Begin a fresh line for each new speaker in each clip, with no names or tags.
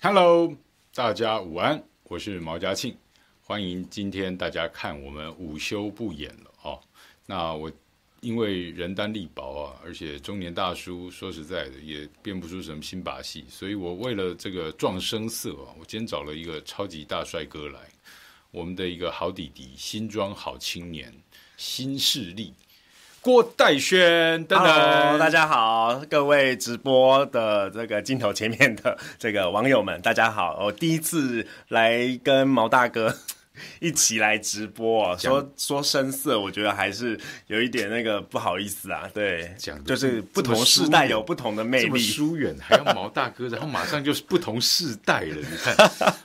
Hello，大家午安，我是毛家庆，欢迎今天大家看我们午休不演了哦。那我因为人单力薄啊，而且中年大叔说实在的也变不出什么新把戏，所以我为了这个壮声色啊，我今天找了一个超级大帅哥来，我们的一个好弟弟，新装好青年，新势力。郭代轩，等
Hello，
等，
大家好，各位直播的这个镜头前面的这个网友们，大家好！我第一次来跟毛大哥 一起来直播哦，说说声色，我觉得还是有一点那个不好意思啊。对
讲得，
就是不同
这么
世
疏
代
远
有不同的魅
这么
力。
疏远，还要毛大哥，然后马上就是不同世代了。你看，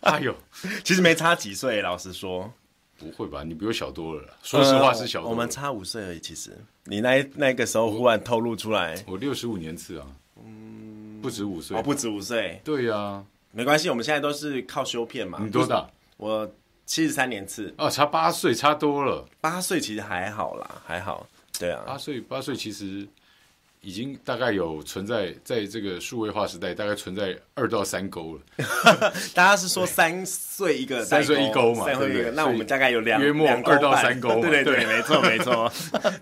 哎呦，
其实没差几岁，老实说，
不会吧？你比我小多了啦。说实话是小
呃
多
我
了。
们差五岁而已。其实你那一那个时候忽然透露出来，
我六十五年次啊，不止五岁。
嗯哦，不止五岁，
对呀、啊，
没关系，我们现在都是靠修片嘛。
你多大？
我七十三年次。
啊，差八岁，差多了。
八岁其实还好啦，还好。对啊，
八岁，八岁其实已经大概有存在在这个数位化时代，大概存在二到三勾了，
大家是说三岁一个
三
代沟，
岁一沟嘛
三岁一
对不
个。
对
那我们大概有两
约莫
两沟
二到
半
三沟嘛
对对
对
对，没错 没错。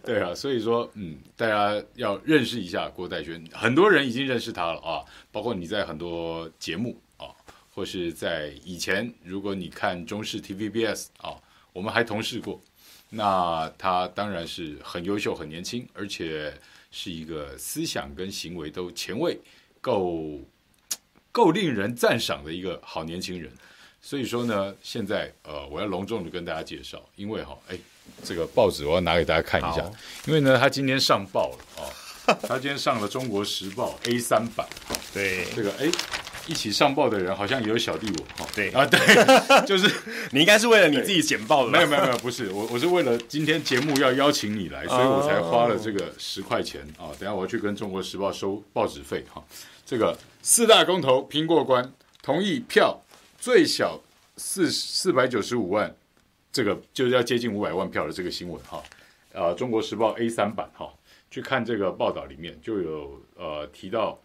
对啊，所以说，嗯，大家要认识一下郭代轩，很多人已经认识他了啊，包括你在很多节目啊，或是在以前，如果你看中视 TVBS 啊，我们还同事过，那他当然是很优秀、很年轻，而且是一个思想跟行为都前卫，够够令人赞赏的一个好年轻人。所以说呢，现在呃，我要隆重的跟大家介绍，因为哈、哎，这个报纸我要拿给大家看一下
好，
因为呢，他今天上报了哦，他今天上了《中国时报》A 三版，
对，
这个哎，一起上报的人好像也有小弟我哈、哦，
对
啊，对， 就是
你应该是为了你自己简报的吧
没有没有没有，不是我，我是为了今天节目要邀请你来，所以我才花了这个十块钱啊。等一下我要去跟《中国时报》收报纸费哈、这个四大公投拼过关，同意票最小四四百九十五万，这个就是要接近五百万票的这个新闻哈、呃，《中国时报》A 三版哈、去看这个报道里面就有呃提到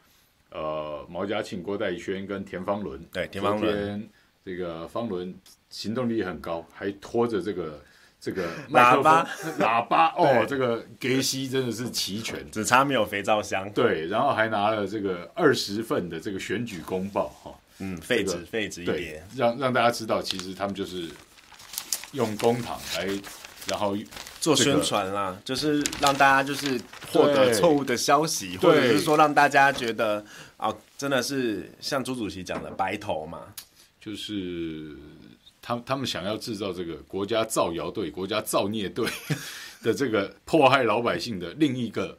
呃毛家庆、郭代轩跟田方伦
对田方
昨
伦
天这个方伦行动力很高，还拖着这个这个
喇叭
麦克风喇叭哦
对，
这个给息真的是齐全。
只差没有肥皂箱。
对，然后还拿了这个二十份的这个选举公报哈，
嗯，废
这
纸
个
废纸一
对
叠。，
让让大家知道，其实他们就是用公帑来，然后
做
这个
宣传啦，就是让大家就是获得
对
错误的消息，或者是说让大家觉得啊，真的是像朱主席讲的白头嘛，
就是他他们想要制造这个国家造谣队、国家造孽队的这个迫害老百姓的另一个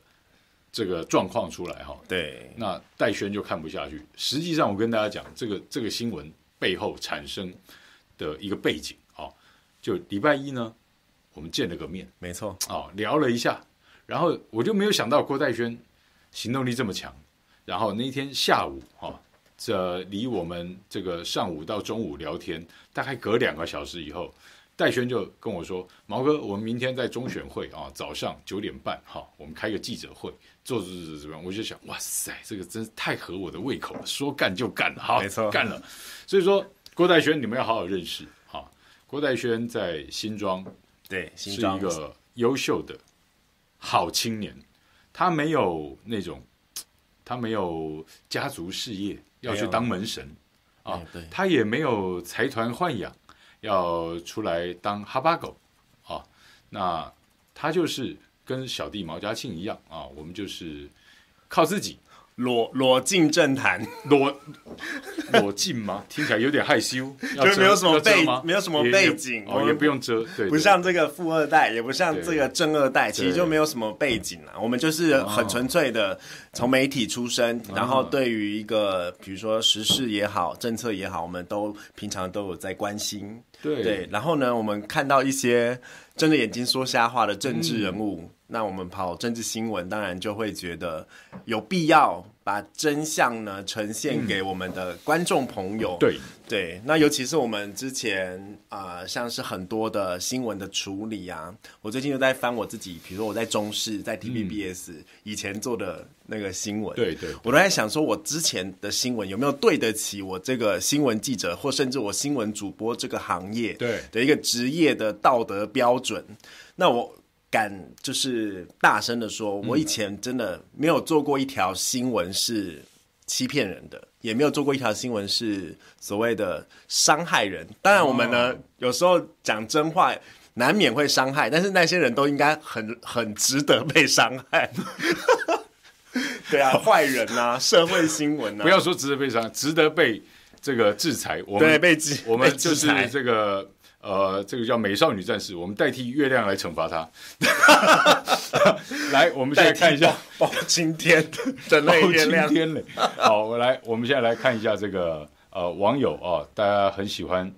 这个状况出来哈。
对，
那戴轩就看不下去。实际上，我跟大家讲，这个这个新闻背后产生的一个背景啊、哦，就礼拜一呢，我们见了个面
没错，
啊、哦，聊了一下，然后我就没有想到郭代轩行动力这么强。然后那天下午哈、哦，这离我们这个上午到中午聊天，大概隔两个小时以后，戴轩就跟我说：“毛哥，我们明天在中选会啊，早上九点半哈、我们开个记者会，做做做怎么样？”我就想，哇塞，这个真是太合我的胃口了，说干就干了，好，
没错
干了。所以说，郭代轩你们要好好认识啊。郭代轩在新庄
对，新
是
庄
一个优秀的好青年，他没有那种，他没有家族事业要去当门神啊
哎，对
他也没有财团豢养要出来当哈巴狗啊，那他就是跟小弟毛家庆一样啊，我们就是靠自己
裸裸进政坛。
裸 裸进吗？听起来有点害羞，要
就是没
遮
有什么
要遮
背
吗
没有什么
也也
背景我
哦，
们
也不用遮，对，
不
对
像这个富二代，也不像这个正二代，其实
对哦
就没有什么背景啦。我们就是很纯粹的从媒体出身，然后对于一个比如说时事也好，政策也好，我们都平常都有在关心。
对嗯
对，然后呢，我们看到一些睁着眼睛说瞎话的政治人物，那我们跑政治新闻，当然就会觉得有必要把真相呢呈
嗯
现给我们的观众朋友。
对，
对，那尤其是我们之前啊、呃像是很多的新闻的处理啊，我最近就在翻我自己，比如说我在中视、在 TVBS、以前做的那个新闻，
嗯对对对
我都在想说，我之前的新闻有没有对得起我这个新闻记者，或甚至我新闻主播这个行业
对
的一个职业的道德标准？那我。敢就是大声的说，我以前真的没有做过一条新闻是欺骗人的，也没有做过一条新闻是所谓的伤害人。当然，我们
哦
呢、有时候讲真话难免会伤害，但是那些人都应该很很值得被伤 害。对啊，坏人呐、社会新闻啊呐、
不要说值得被伤，值得被这个制裁。我们
对被制
我们
被制
就是
裁
这个呃，这个叫美少女战士，我们代替月亮来惩罚她。 来，我们现在
代替
看一下
包青天的那
包
月亮
青。天嘞。好，我来，我们现在来看一下这个呃网友啊、大家很喜欢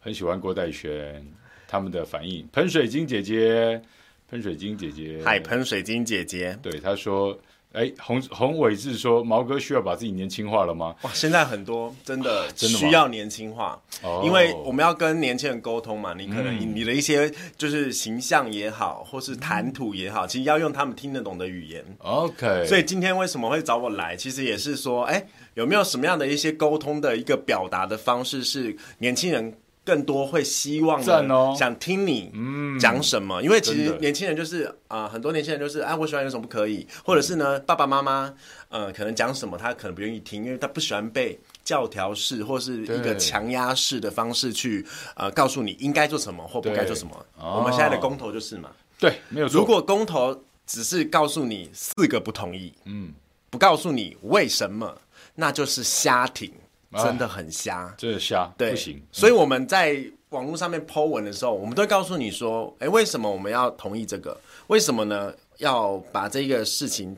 很喜欢郭代轩他们的反应。喷水晶姐姐，喷水晶姐姐，
海喷水晶姐姐，
对他说。哎，洪洪伟志说：“毛哥需要把自己年轻化了吗
哇，现在很多真的
啊真的吗
需要年轻化，
哦嗯
因为我们要跟年轻人沟通嘛，你可能你你的一些就是形象也好，或是谈吐也好，其实要用他们听得懂的语言。
？”OK，
所以今天为什么会找我来，其实也是说，哎，有没有什么样的一些沟通的一个表达的方式，是年轻人更多会希望
赞
的，
哦嗯
想听你讲什么？因为其
真
实
的
年轻人就是啊、呃很多年轻人就是，哎、我喜欢有什么不可以，或者是呢，
嗯
爸爸妈妈呃，可能讲什么他可能不愿意听，因为他不喜欢被。教条式或是一个
对
强压式的方式去呃告诉你应该做什么或不该
对
做什么。
哦
我们现在的公投就是嘛，
对，没有错。
如果公投只是告诉你四个不同意，嗯，不告诉你为什么，那就是瞎挺，
哎
真的很瞎，
这虾
对，
不行，嗯
所以我们在网络上面 Po 文的时候，我们都会告诉你说，哎，为什么我们要同意这个？为什么呢？要把这个事情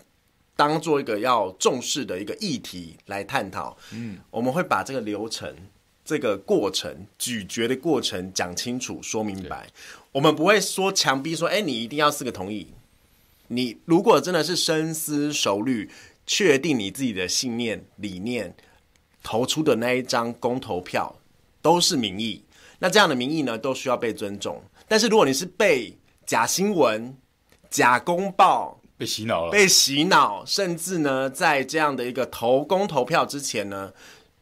当做一个要重视的一个议题来探讨。嗯，我们会把这个流程、这个过程、咀嚼的过程讲清楚、说明白。我们不会说强逼说，哎，你一定要四个同意。你如果真的是深思熟虑，确定你自己的信念、理念，投出的那一张公投票都是民意，那这样的民意呢，都需要被尊重。但是如果你是被假新闻、假公报、
被洗脑了。
被洗脑，甚至呢，在这样的一个投公投票之前呢，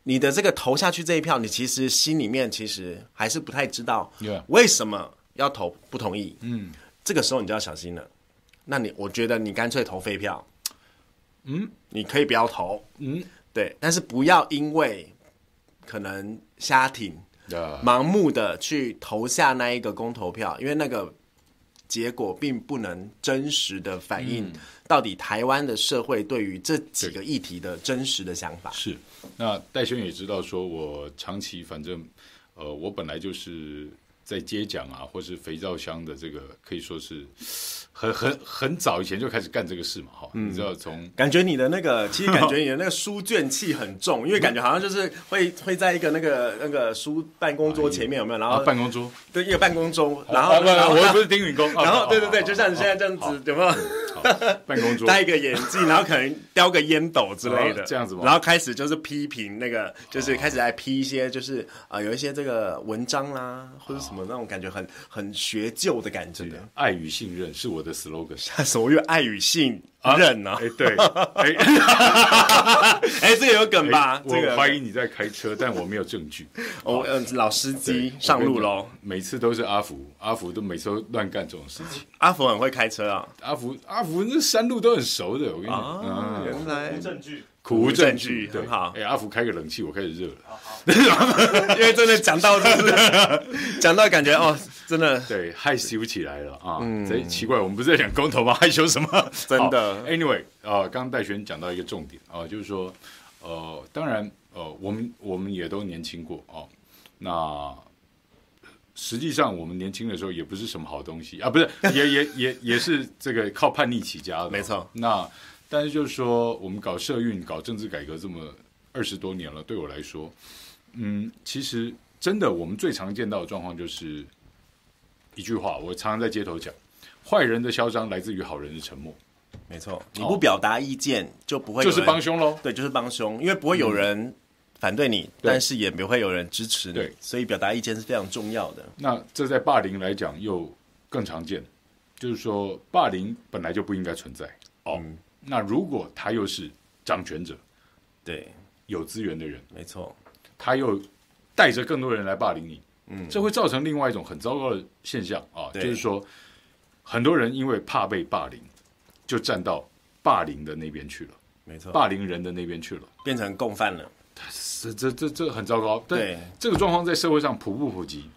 你的这个投下去这一票，你其实心里面其实还是不太知道
Yeah
为什么要投不同意。嗯，这个时候你就要小心了。那你我觉得你干脆投废票，嗯，你可以不要投，嗯，对，但是不要因为可能瞎挺，
啊
盲目的去投下那一个公投票，因为那个结果并不能真实的反映到底台湾的社会对于这几个议题的真实的想法。
是，那戴轩也知道，说我长期反正，呃，我本来就是在街讲啊，或是肥皂箱的这个，可以说是很很很早以前就开始干这个事嘛，哈、
嗯
你知道从
感觉你的那个，其实感觉你的那个书卷气很 重，因为感觉好像就是会会在一个那个那个书办公桌前面有没有？然
啊
后
办公桌，
对一个办公啊桌，然后
啊不
然后
我又不是丁允恭，啊
然
好
后对
好
对对，
好
就像你现在这样
好
子，有没有？
好办公桌，
戴一个眼镜，然后可能叼个烟斗之类的，
哦这样子吗哦
然后开始就是批评那个，就是开始来批一些，就是呃，有一些这个文章啦，或者什么那种感觉很很学究的感觉。
爱与信任是我的 slogan。
所谓爱与信任呢
哎、？对， 哎、
哎，这个有梗吧
哎？
这
我
个
怀疑你在开车，但我没有证据。
哦，嗯，老司机上路喽。。
每次都是阿福，阿福都每次都乱干这种事情。
阿福很会开车啊，
阿福，阿福那山路都很熟的，我跟你讲，嗯
原来
证据，
苦无证据，
啊证据
对，
很好
哎，阿福开个冷气，我开始热了。
因为真的讲到 就是讲到感觉哦，真的
对，害羞起来了啊！这奇怪，我们不是在讲公投吗？害羞什么？
嗯 真
好
的
Anyway，呃，刚刚戴璇讲到一个重点啊、就是说，呃，当然，呃，我们我们也都年轻过哦、那实际上我们年轻的时候也不是什么好东西啊，不是，也也也也是这个靠叛逆起家的，
没错。
那但是就是说，我们搞社运、搞政治改革这么二十多年了，对我来说，嗯，其实真的我们最常见到的状况就是一句话，我常常在街头讲，坏人的嚣张来自于好人的沉默，
没错，你不表达意见就不会有
就
人
是帮，凶喽。
对，就是帮凶，因为不会有人反嗯对你，
对
但是也不会有人支持你，
对
所以表达意见是非常重要的。
那这在霸凌来讲又更常见，就是说霸凌本来就不应该存在哦。那如果他又是掌权者、
对，
有资源的人，
没错，
他又带着更多人来霸凌你，嗯，这会造成另外一种很糟糕的现象啊，就
对
是说很多人因为怕被霸凌，就站到霸凌的那边去了，
没错，
霸凌人的那边去了。
变成共犯了。
这这这这很糟糕。但
对
这个状况在社会上普不普及？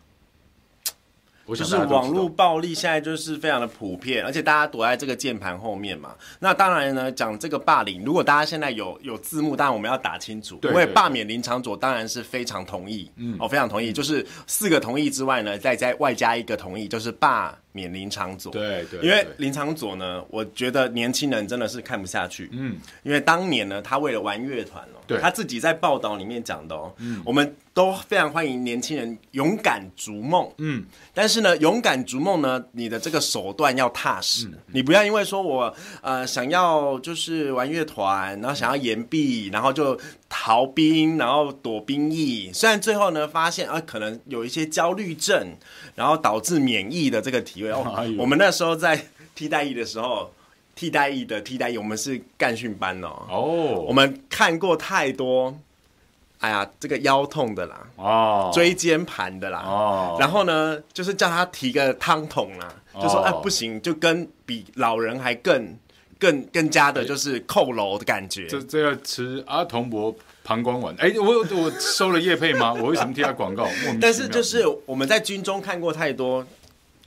我
就
想大
是
家都知道
网络暴力现在就是非常的普遍，而且大家躲在这个键盘后面嘛。那当然呢，讲这个霸凌，如果大家现在有有字幕，当然我们要打清楚，
对
因为
对
罢免林长佐当然是非常同意，嗯，哦，非常同意，就是四个同意之外呢，再再外加一个同意，就是罢免林长佐。
对对，
因为
对
林长佐呢，我觉得年轻人真的是看不下去。
嗯，
因为当年呢，他为了玩乐团哦，
对嗯
他自己在报道里面讲的哦，我们都非常欢迎年轻人勇敢逐梦。嗯，但是呢，勇敢逐梦呢，你的这个手段要踏
嗯
实，你不要因为说我呃想要就是玩乐团，然后想要延毕，然后就逃兵，然后躲兵役。虽然最后呢发现啊、可能有一些焦虑症，然后导致免疫的这个体位。哦，
哎呦
我们那时候在替代役的时候。替代役的替代役，我们是干训班哦，我
哦
们看过太多，哎呀，这个腰痛的啦，
哦，
椎间盘的啦，
哦
然后呢，就是叫他提个汤桶啦，
哦
就说哎不行，就跟比老人还更更更加的就是扣楼的感觉。
哎这这要吃阿童博膀胱丸。哎，我我收了叶配吗？我为什么替他广告？莫名
但
其
是
妙
就是我们在军中看过太多，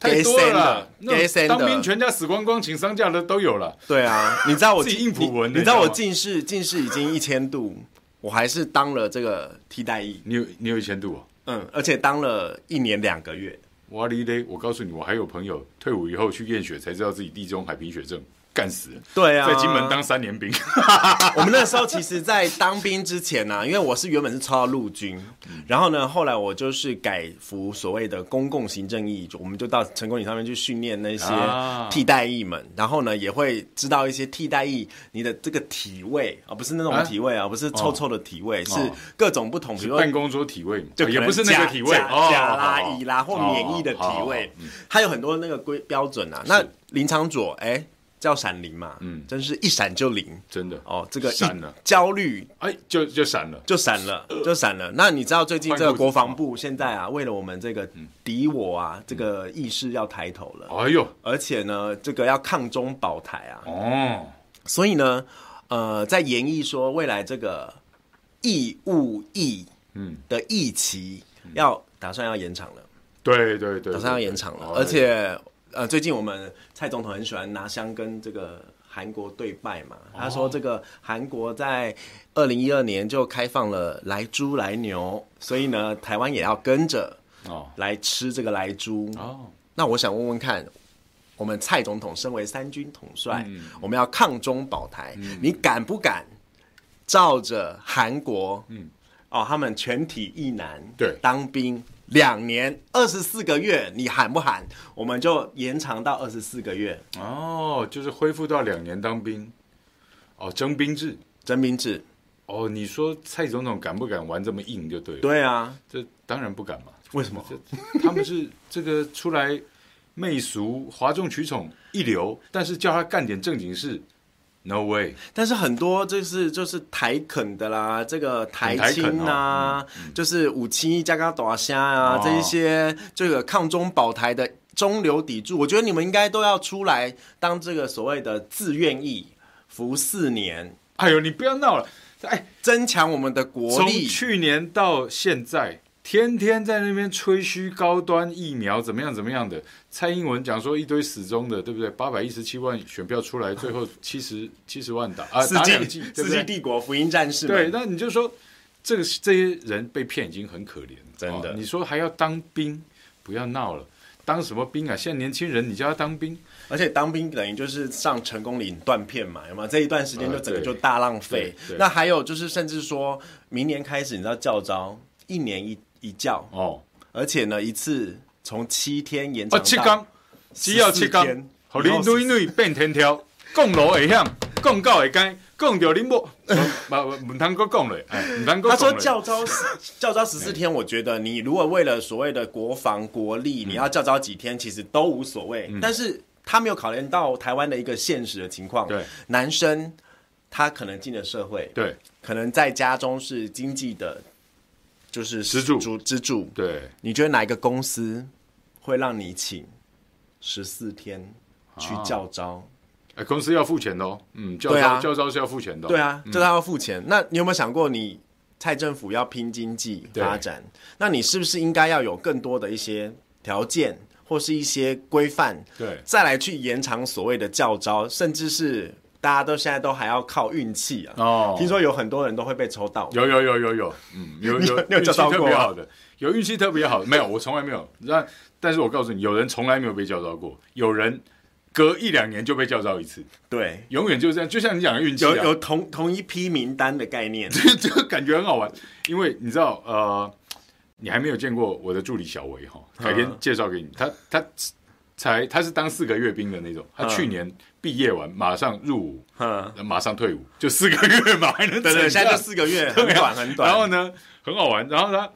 太多了啦，
给
那
生
种
的
当兵全家死光光，请丧假的都有了。
对 啊，你知道我
自己硬普文
你
的
你知道
你知道
我
吗
近视近视已经一千度，我还是当了这个替代役，
你有你有一千度哦。
嗯，而且当了一年两个月。
哇哩嘞！我告诉你，我还有朋友退伍以后去验血，才知道自己地中海贫血症，干死了。
对啊，
在金门当三年兵，
我们那时候其实，在当兵之前呢、因为我是原本是抽到陆军，然后呢，后来我就是改服所谓的公共行政役，我们就到成功岭上面去训练那些
啊
替代役们，然后呢，也会知道一些替代役你的这个体位啊，不是那种
啊
体位啊，不是臭臭的体位，是
哦
各种不同，比如说
办公桌体位嘛，啊
就可
也
能
不是那个
甲
体位，
甲
哦，嗯
甲
好
啦、
好
乙啦或
好
免疫的体
好好
位
好，
它有很多那个规标准啊。那林长佐，哎，叫闪灵嘛，嗯，真是一闪就灵。
真的
哦，这个一
闪了，
焦虑
哎，就就闪了，
就闪了，就闪了。那你知道最近这个国防部现在啊，为了我们这个
嗯
敌我啊，这个意识要抬头了，
哎呦，
而且呢，这个要抗中保台啊，
哦，
所以呢，呃，在演绎说未来这个义务役
嗯
的役期要打算要延长了，
对对对，
打算要延长了
对，对
而且呃，最近我们蔡总统很喜欢拿香跟这个。韩国对拜嘛，他说这个韩国在二零一二年就开放了来猪来牛，所以呢，台湾也要跟着
哦
来吃这个来猪。
哦，
那我想问问看，我们蔡总统身为三军统帅，我们要抗中保台，你敢不敢照着韩国？嗯，哦，他们全体一男，
对
当兵两年二十四个月，你喊不喊？我们就延长到二十四个月，
哦，就是恢复到两年当兵，哦，征兵制，
征兵制。
哦，你说蔡总统敢不敢玩这么硬就对了，
对啊，
这当然不敢嘛，
为什么？
这他们是这个出来媚俗、哗众取宠一流，但是叫他干点正经事，no way，
但是很多就是就是台垦的啦，这个台青
很台哦嗯
啊，就是五七加刚朵虾啊，
哦
这一些这个抗中保台的中流砥柱，我觉得你们应该都要出来当这个所谓的自愿役，服四年，
哎呦，你不要闹了，哎，
增强我们的国
从
力。
去年到现在，天天在那边吹嘘高端疫苗怎么样怎么样的。蔡英文讲说一堆死忠的，对不对？八百一十七万选票出来，最后七十七十万打啊，
世
打两
纪
剂，对
世
不
纪
对？
帝国福音战士们
对，那你就说这个这些人被骗已经很可怜了，
真的
哦你说还要当兵，不要闹了，当什么兵啊？现在年轻人你叫他当兵，
而且当兵等于就是上成功岭断片嘛，有没有？这一段时间就
呃
整个
对
就大浪费。
对对
那还有就是，甚至说明年开始，你知道教招一年一一教，
哦
而且呢一次从七天延
哦，
长
七
到
刚只要七
14
天
天，
互你女女变天条，讲路会响，讲到会干，讲到你 某，不不，唔通搁讲嘞，哎，唔通搁
他说
讲嘞。
教招十教招十四天，我觉得你如果为了所谓的国防国力，
嗯
你要教招几天，其实都无所谓。但是他没有考量到台湾的一个现实的情况，
对
男生他可能进了社会，
对
可能在家中是经济的，就是
支柱
支支柱。
对，
你觉得哪一个公司会让你请十四天去
啊
教招？
哎，公司要付钱的哦，嗯，教
对
招
啊
教招是要付钱的哦，
对啊，这他要付钱。那你有没有想过，你蔡政府要拼经济
对
发展，那你是不是应该要有更多的一些条件，或是一些规范，
对
再来去延长所谓的教招，甚至是大家都现在都还要靠运气啊。
哦
听说有很多人都会被抽到，
有有有有有，嗯，有有
你有
运气
教招
特
过啊
别
吗
好的，有运气特别好的，没有，我从来没有。那但是我告诉你，有人从来没有被教招过，有人隔一两年就被教招一次，
对，
永远就是这样，就像你讲的运气、啊，
有 有同同一批名单的概念，
这个感觉很好玩，因为你知道，呃，你还没有见过我的助理小维哈，改天介绍给你。他他才他是当四个月兵的那种，他去年毕业完马上入伍，呃
嗯，
马上退伍，就四个月嘛，还能
对对，
怎
现在
样
就四个月，很短很短。
啊然后呢，很好玩。然后他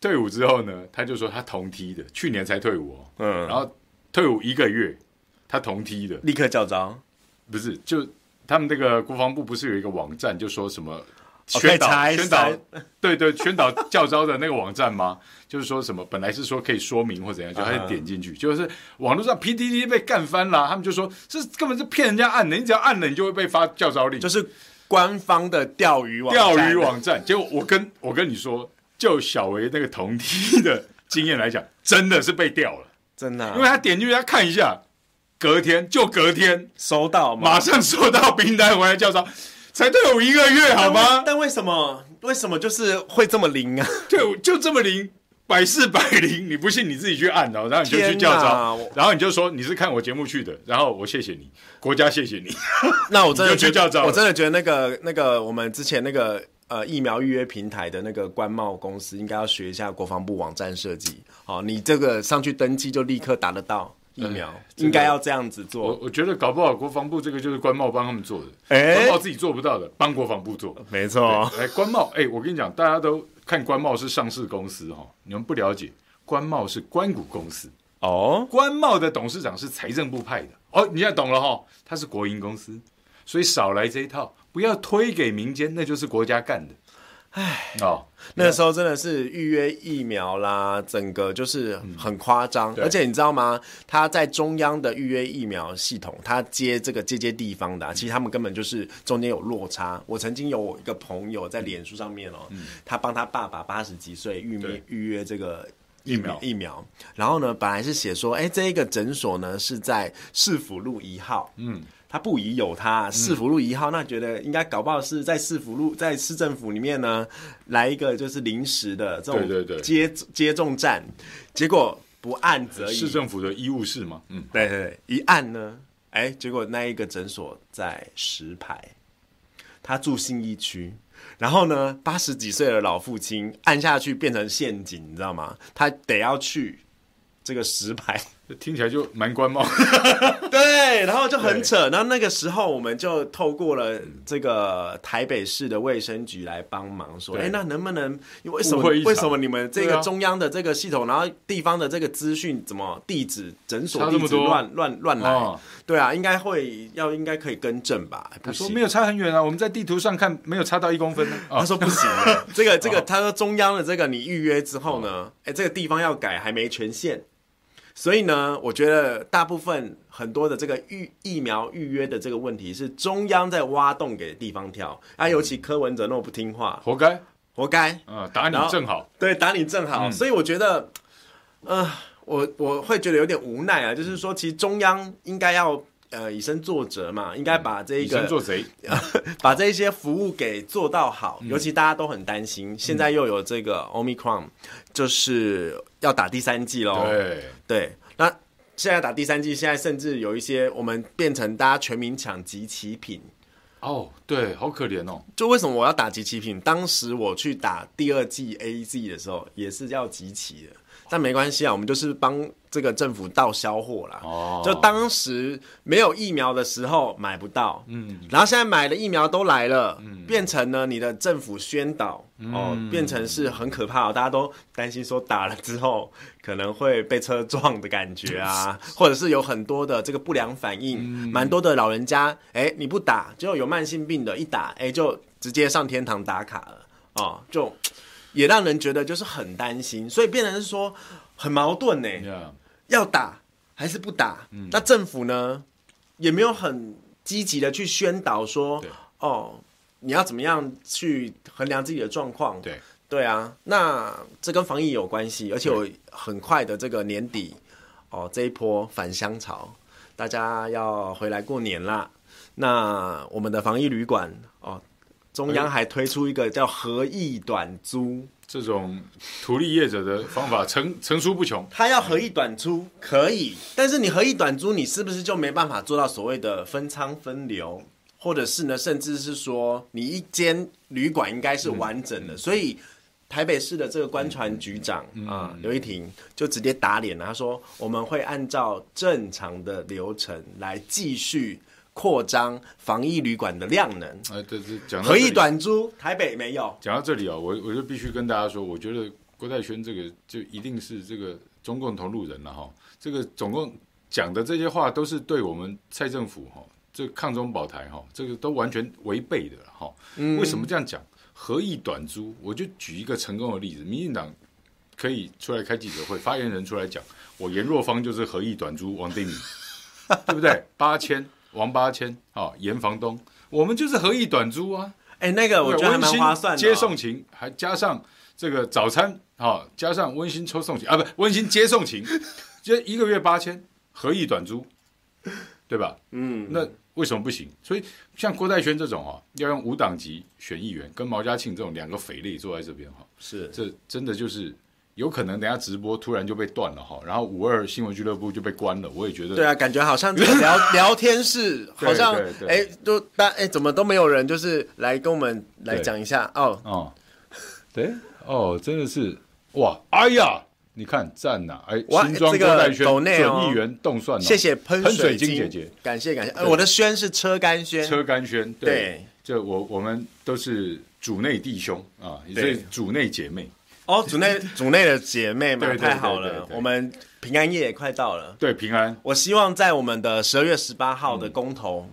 退伍之后呢，他就说他同梯的，去年才退伍哦。
嗯，
然后退伍一个月，他同梯的，
立刻教招，
不是就他们那个国防部不是有一个网站，就说什么
哦可以
宣导、
查一
宣导
查，
对对，宣导教招的那个网站吗？就是说什么本来是说可以说明或怎样，就他
嗯
就
哼
点进去，就是网络上 PDD 被干翻啦，他们就说这根本是骗人家按的，你只要按了你就会被发教招令，
就是官方的钓鱼网
钓
站
鱼网站。结果我跟我跟你说，就小维那个同梯的经验来讲，真的是被钓了，
真的啊、
因为他点进去他看一下，隔天就隔天
收到吗？
马上收到兵单回来叫招，才退伍一个月好吗？
但为什么为什么就是会这么灵啊？
退伍就这么灵，百试百灵。你不信你自己去按，哦然后然后你就去
天
叫
哪
招
我，
然后你就说你是看我节目去的，然后我谢谢你，国家谢谢你。
那我真的觉
你就去叫招
得，
了
我真的觉得那个那个我们之前那个呃疫苗预约平台的那个官贸公司，应该要学一下国防部网站设计。好、你这个上去登记就立刻打得到疫苗，
这个
应该呃要这样子
我
做。
我觉得搞不好国防部这个就是官帽帮他们做的，
哎
官帽自己做不到的，帮国防部做。
没错，
哎，官帽，哎，我跟你讲，大家都看官帽是上市公司哈，你们不了解，官帽是关谷公司，
哦，
官帽的董事长是财政部派的。哦，你现在懂了哈，他是国营公司，所以少来这一套，不要推给民间，那就是国家干的。唉，哦，
那时候真的是预约疫苗啦，整个就是很夸张。
嗯对
而且你知道吗？他在中央的预约疫苗系统，他接这个接接地方的啊、其实他们根本就是中间有落差。我曾经有我一个朋友在脸书上面哦，他帮他爸爸八十几岁预
嗯对
约预约这个。
疫苗
疫苗，然后呢，本来是写说，哎，这一个诊所呢是在市府路一号，嗯，他不疑有他，
嗯
市府路一号，那觉得应该搞不好是在市府路，在市政府里面呢，来一个就是临时的这种
对对对
接接种站，结果不按则已，
市政府的医务室嘛，嗯，
对对对，一按呢，哎，结果那一个诊所在石牌，他住信义区。然后呢，八十几岁的老父亲按下去变成陷阱，你知道吗？他得要去这个石牌，
这听起来就蛮官 帽。
对， 然后就很扯。然后那个时候，我们就透过了这个台北市的卫生局来帮忙，说，
对
哎，那能不能为什
误
么
会一场
为什么你们这
对
个
啊
中央的这个系统，然后地方的这个资讯怎么地址、诊所
差这
地
么
址
多
乱乱乱来？
哦
对啊，应该会要应该可以更正吧？哎
他
不
说
行嗯
没。有差很远啊，我们在地图上看没有差到一公分呢。
他
啊，
说不行， 这个这
哦
个，他说中央的这个你预约之后呢，哎，这个地方要改，还没权限，所以呢，我觉得大部分很多的这个预疫苗预约的这个问题是中央在挖洞给地方跳
嗯
啊，尤其柯文哲那么不听话，
活该
活该，
啊，打你
然后
正好。
对，打你正
嗯
好，所以我觉得，呃，我我会觉得有点无奈啊，就是说，其实中央应该要呃以身作则嘛，应该把这
以
个
身作贼，
把这一些服务给做到好，
嗯
尤其大家都很担心，现在又有这个 Omicron，就是要打第三剂喽。
对，
对，那现在打第三剂，现在甚至有一些我们变成大家全民抢集齐品。
哦，对，好可怜哦，
就为什么我要打集齐品？当时我去打第二剂 A Z 的时候，也是要集齐的。但没关系啊，我们就是帮这个政府倒销货啦。
哦
就当时没有疫苗的时候买不到，嗯，然后现在买了疫苗都来了，变成呢你的政府宣导、哦，变成是很可怕、哦，大家都担心说打了之后可能会被车撞的感觉啊，或者是有很多的这个不良反应，蛮多的老人家，哎，你不打，就有慢性病的，一打，哎，就直接上天堂打卡了，哦，就也让人觉得就是很担心，所以变成是说很矛盾呢、
Yeah
要打还是不打？
嗯
那政府呢，也没有很积极的去宣导说
对，
哦，你要怎么样去衡量自己的状况？
对，
对啊，那这跟防疫有关系，而且我很快的这个年底，哦，这一波返乡潮，大家要回来过年啦。那我们的防疫旅馆哦，中
哎
央还推出一个叫合意短租。
这种图利业者的方法层层出不穷。
他要合意短租可
嗯
以，但是你合意短租，你是不是就没办法做到所谓的分仓分流，或者是呢，甚至是说你一间旅馆应该是完整
嗯
的，所以。台北市的这个官船局长啊，刘一婷就直接打脸了。他说：“我们会按照正常的流程来继续扩张防疫旅馆的量能。
呃，这这讲到
合
这
意
里
短租，台北没有。
讲到这里啊、我我就必须跟大家说，我觉得郭泰轩这个就一定是这个中共同路人了哈。这个总共讲的这些话都是对我们蔡政府哈，这个抗中保台哈，这个都完全违背的了哈。为什么这样讲？合意短租，我就举一个成功的例子，民进党可以出来开记者会，发言人出来讲，我严若芳就是合意短租王定宇，对不对？八千王八千啊、哦，严房东，我们就是合意短租啊。
哎、那个我觉
对
得还
温
蛮
馨
划算的、哦
接送情，还加上这个早餐，好、加上温馨抽送情啊，不，温馨接送情，就一个月八千，合意短租，对吧？嗯，那为什么不行？所以像郭代轩这种啊、要用无党籍选议员，跟毛家庆这种两个肥类坐在这边哈、
是
这真的就是。有可能等下直播突然就被断了哈，然后五二新闻俱乐部就被关了，我也觉得
对啊，感觉好 像这个聊聊天室，
对
好像
对对
哎，就大哎，怎么都没有人，就是来跟我们来
对
讲一下哦。
哦， 对，哦，真的是哇，哎呀，你看赞呐、哎，
哇
新装
这
郭
个
代轩
抖内哦
准议员动算、哦，
谢谢
喷
喷
水
晶
姐姐，，
感谢感谢。呃，我的轩是车干轩，
车甘轩，
对，
这我我们都是主内弟兄啊，所
对
以主内姐妹，
哦，组内组内的姐
对
妹
对
们
对
太好
对
了
对，对
我们平安夜也快到了。
对平安，
我希望在我们的十二月十八
嗯
号的公投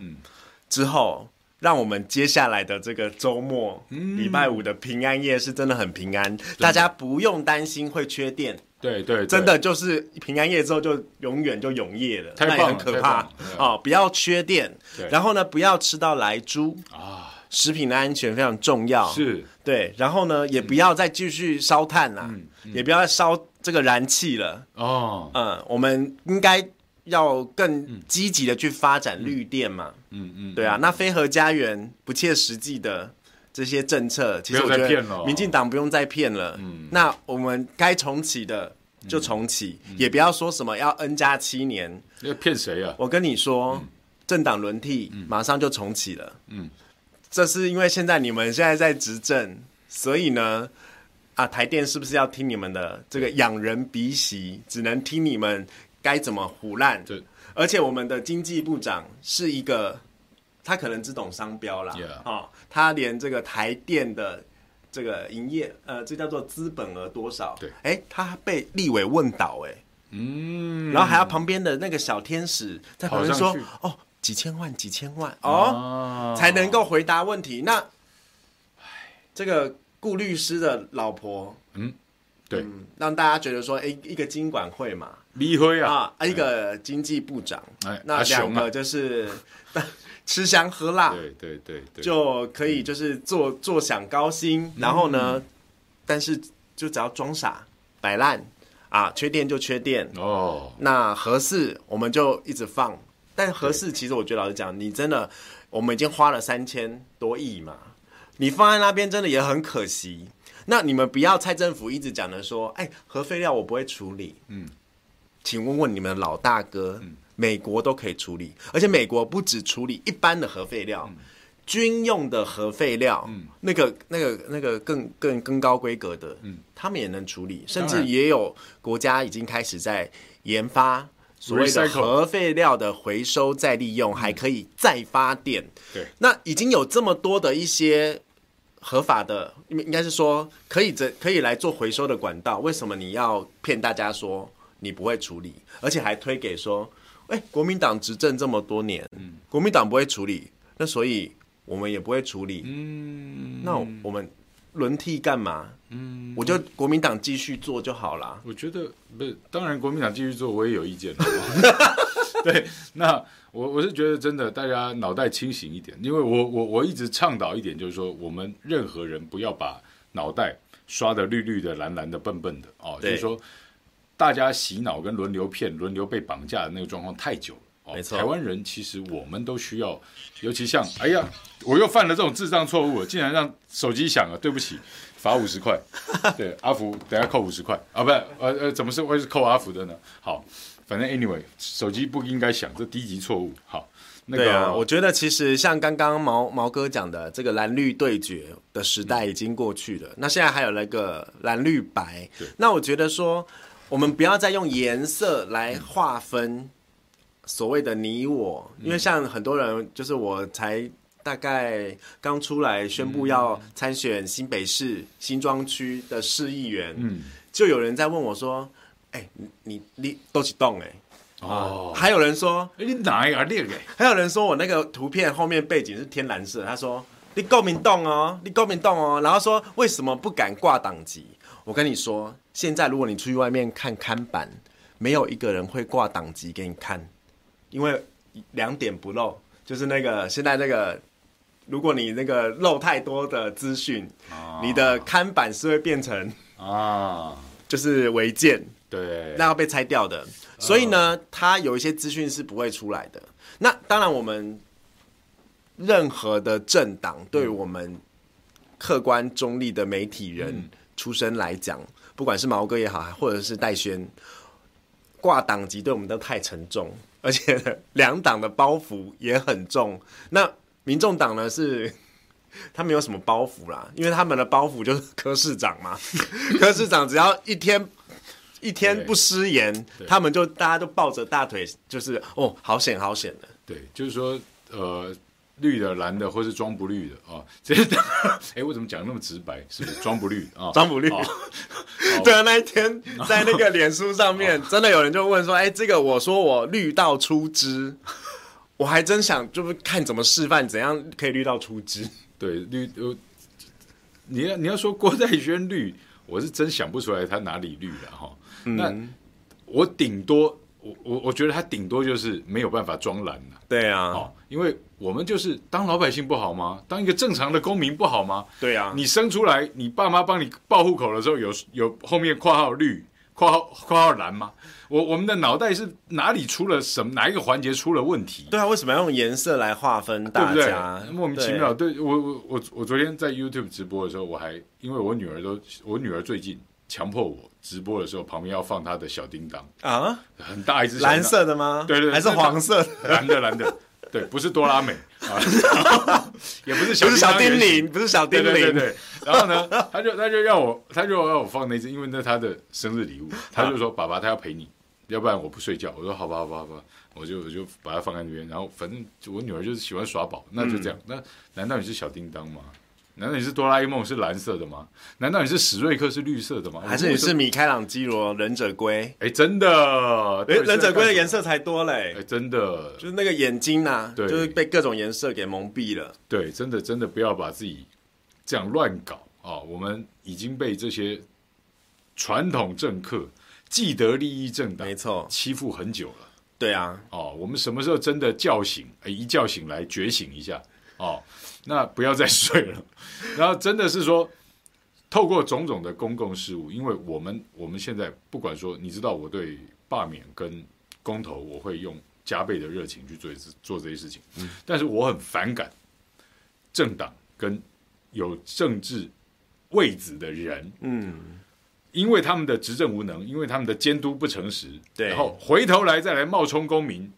之后，让我们接下来的这个周末，
嗯
礼拜五的平安夜是真的很平安，大家不用担心会缺电。
对对，对
真的就是平安夜之后就永远就永夜了，
太棒
那
了
也很可
太
怕
棒了
哦！不要缺电
对，
然后呢，不要吃到来猪，
啊，
食品的安全非常重要。，
是
对，然后呢，也不要再继续烧炭啦，
嗯
也不要再烧这个燃气了。
哦，
嗯，我们应该要更积极的去发展绿电嘛。
嗯嗯，
对啊，那非核家园不切实际的这些政策，其实
不
我
要
觉
再骗
得
了嗯
民进党不用再骗了。那我们该重启的就重启，
嗯
也不要说什么要 N 加七年。
要骗谁啊？
我跟你说，政党轮替
嗯
马上就重启了。嗯，这是因为现在你们现在在执政，所以呢。啊，台电是不是要听你们的这个养人鼻息？只能听你们该怎么胡烂。
对，
而且我们的经济部长是一个，他可能只懂商标啦
Yeah
哦，他连这个台电的这个营业，呃，这叫做资本额多少？
对，
哎，他被立委问倒、哎，
嗯，
然后还要旁边的那个小天使在旁边
跑
说
上去，
哦，几千万，几千万，
啊
哦，才能够回答问题。那，这个顾律师的老婆，
对
嗯，让大家觉得说，哎，一个经管会嘛，
李辉啊，
啊，一个经济部长，
哎
那
阿
两
雄啊
个就是 吃香喝辣，
对对对对，
就可以就是坐坐享高
嗯
薪，然后呢，但是就只要装傻摆烂啊，缺电就缺电，
哦，
那合适我们就一直放，但合适其实我觉得老实讲，你真的我们已经花了三千多亿嘛，你放在那边真的也很可惜。那你们不要蔡政府一直讲的说，哎，核废料我不会处理，嗯，请问问你们老大哥，美国都可以处理，而且美国不只处理一般的核废料，军用的核废料，那个那个那个更更更高规格的，他们也能处理，甚至
然
也有国家已经开始在研发。所谓的
Recycle 嗯
核废料的回收再利用，还可以再发电。
对
那已经有这么多的一些合法的，应应该是说可以这可以来做回收的管道，为什么你要骗大家说你不会处理，而且还推给说，哎、国民党执政这么多年，
嗯
国民党不会处理，那所以我们也不会处理，
嗯，
那我们轮替干嘛？嗯，我就国民党继续做就好啦。
我觉得不是，当然国民党继续做，我也有意见的。 对，那我我是觉得真的，大家脑袋清醒一点，因为我我我一直倡导一点，就是说我们任何人不要把脑袋刷的绿绿的、蓝蓝的、笨笨的哦，就
对
是说大家洗脑跟轮流骗、轮流被绑架的那个状况太久了。哦
没错
台湾人其实我们都需要，尤其像哎呀，我又犯了这种智障错误了，竟然让手机响了，对不起，罚五十 块。对，阿福等下扣五十块啊，不，呃呃，怎么是会是扣阿福的呢？好，反正 anyway，手机不应该响，这低级错误。好，那个
对啊，我觉得其实像刚刚毛毛哥讲的，这个蓝绿对决的时代已经过去
嗯
了。那现在还有那个蓝绿白，那我觉得说，我们不要再用颜色来划
嗯
分所谓的你我，因为像很多人，就是我才大概刚出来宣布要参选新北市新庄区的市议员，
嗯，
就有人在问我说：“哎、你你你都起动哎、
哦，
还有人说。
哎你哪一个列给？
还有人说我那个图片后面背景是天蓝色，他说你够民动哦，你够民动哦，然后说为什么不敢挂党籍？我跟你说，现在如果你出去外面看看板，没有一个人会挂党籍给你看，因为两点不漏，就是那个现在那个，如果你那个漏太多的资讯，你的看板是会变成
啊，
就是违建，
对，
那要被拆掉的。所以呢，它有一些资讯是不会出来的。那当然，我们任何的政党对我们客观中立的媒体人出身来讲，不管是毛哥也好，或者是戴轩，挂党籍对我们都太沉重，而且 两党的包袱也很重。那民众党呢是？ 他没有什么包袱啦，因为他们的包袱就是柯市长 嘛。柯市长只要一天一天
对
不失言，他们就大家都抱着大腿，就是哦，好险好险的。
对，就是说，呃，绿的、蓝的，或是装不绿的啊，这， 哎，我怎么讲那么直白？是不是装不绿啊？
张不绿。
哦
对啊，那一天在那个脸书上
哦
面，真的有人就问说：“哎、这个我说我绿到出汁，我还真想就是看怎么示范，怎样可以绿到出汁。
对绿，呃，你要你要说郭代轩绿，我是真想不出来他哪里绿了哈。那我顶多，我我我觉得他顶多就是没有办法装蓝了、”
对啊，
哦，因为我们就是当老百姓不好吗？当一个正常的公民不好吗？
对啊，
你生出来，你爸妈帮你报户口的时候有，有后面括号绿、括号括号蓝吗？我我们的脑袋是哪里出了什么？哪一个环节出了问题？
对啊，为什么要用颜色来划分
对不
大
对
家？？
莫名其
对
妙。对我我我我昨天在 YouTube 直播的时候，我还因为我女儿都我女儿最近强迫我直播的时候，旁边要放她的小叮当，
啊，
很大一只小叮当
蓝色的吗？
对对对
还是黄色的？
蓝的蓝的，对，不是哆啦美 啊，也不是小
不是小
叮
叮
当原型
铃，不是小叮
对对对
铃，
对，然后呢， 他就他就要我，他就要我放那只，因为那他的生日礼物，他就说爸爸他要陪你，要不然我不睡觉。我说好吧好吧好吧，我就我就把它放在那边，然后反正就我女儿就是喜欢耍宝，那就这样。
嗯
那难道你是小叮当吗？难道你是哆啦 A 梦是蓝色的吗？难道你是史瑞克是绿色的吗？
还是你是米开朗基罗忍者龟？
哎真的
哎忍忍者龟的颜
色
色才多嘞
哎，真的
就是那个眼睛呐、
对
就是被各种颜色给蒙蔽了。
对，真的真的不要把自己这样乱搞啊、我们已经被这些传统政客、既得利益政党
没错，
欺负很久了
对啊，
哦。我们什么时候真的叫醒？哎，一觉醒来觉醒一下哦，那不要再睡了。然后真的是说，透过种种的公共事务，因为我们我们现在不管说，你知道我对罢免跟公投，我会用加倍的热情去做做这些事情，但是我很反感政党跟有政治位子的人，
嗯，
因为他们的执政无能，因为他们的监督不诚实，
对
然后回头来再来冒充公民，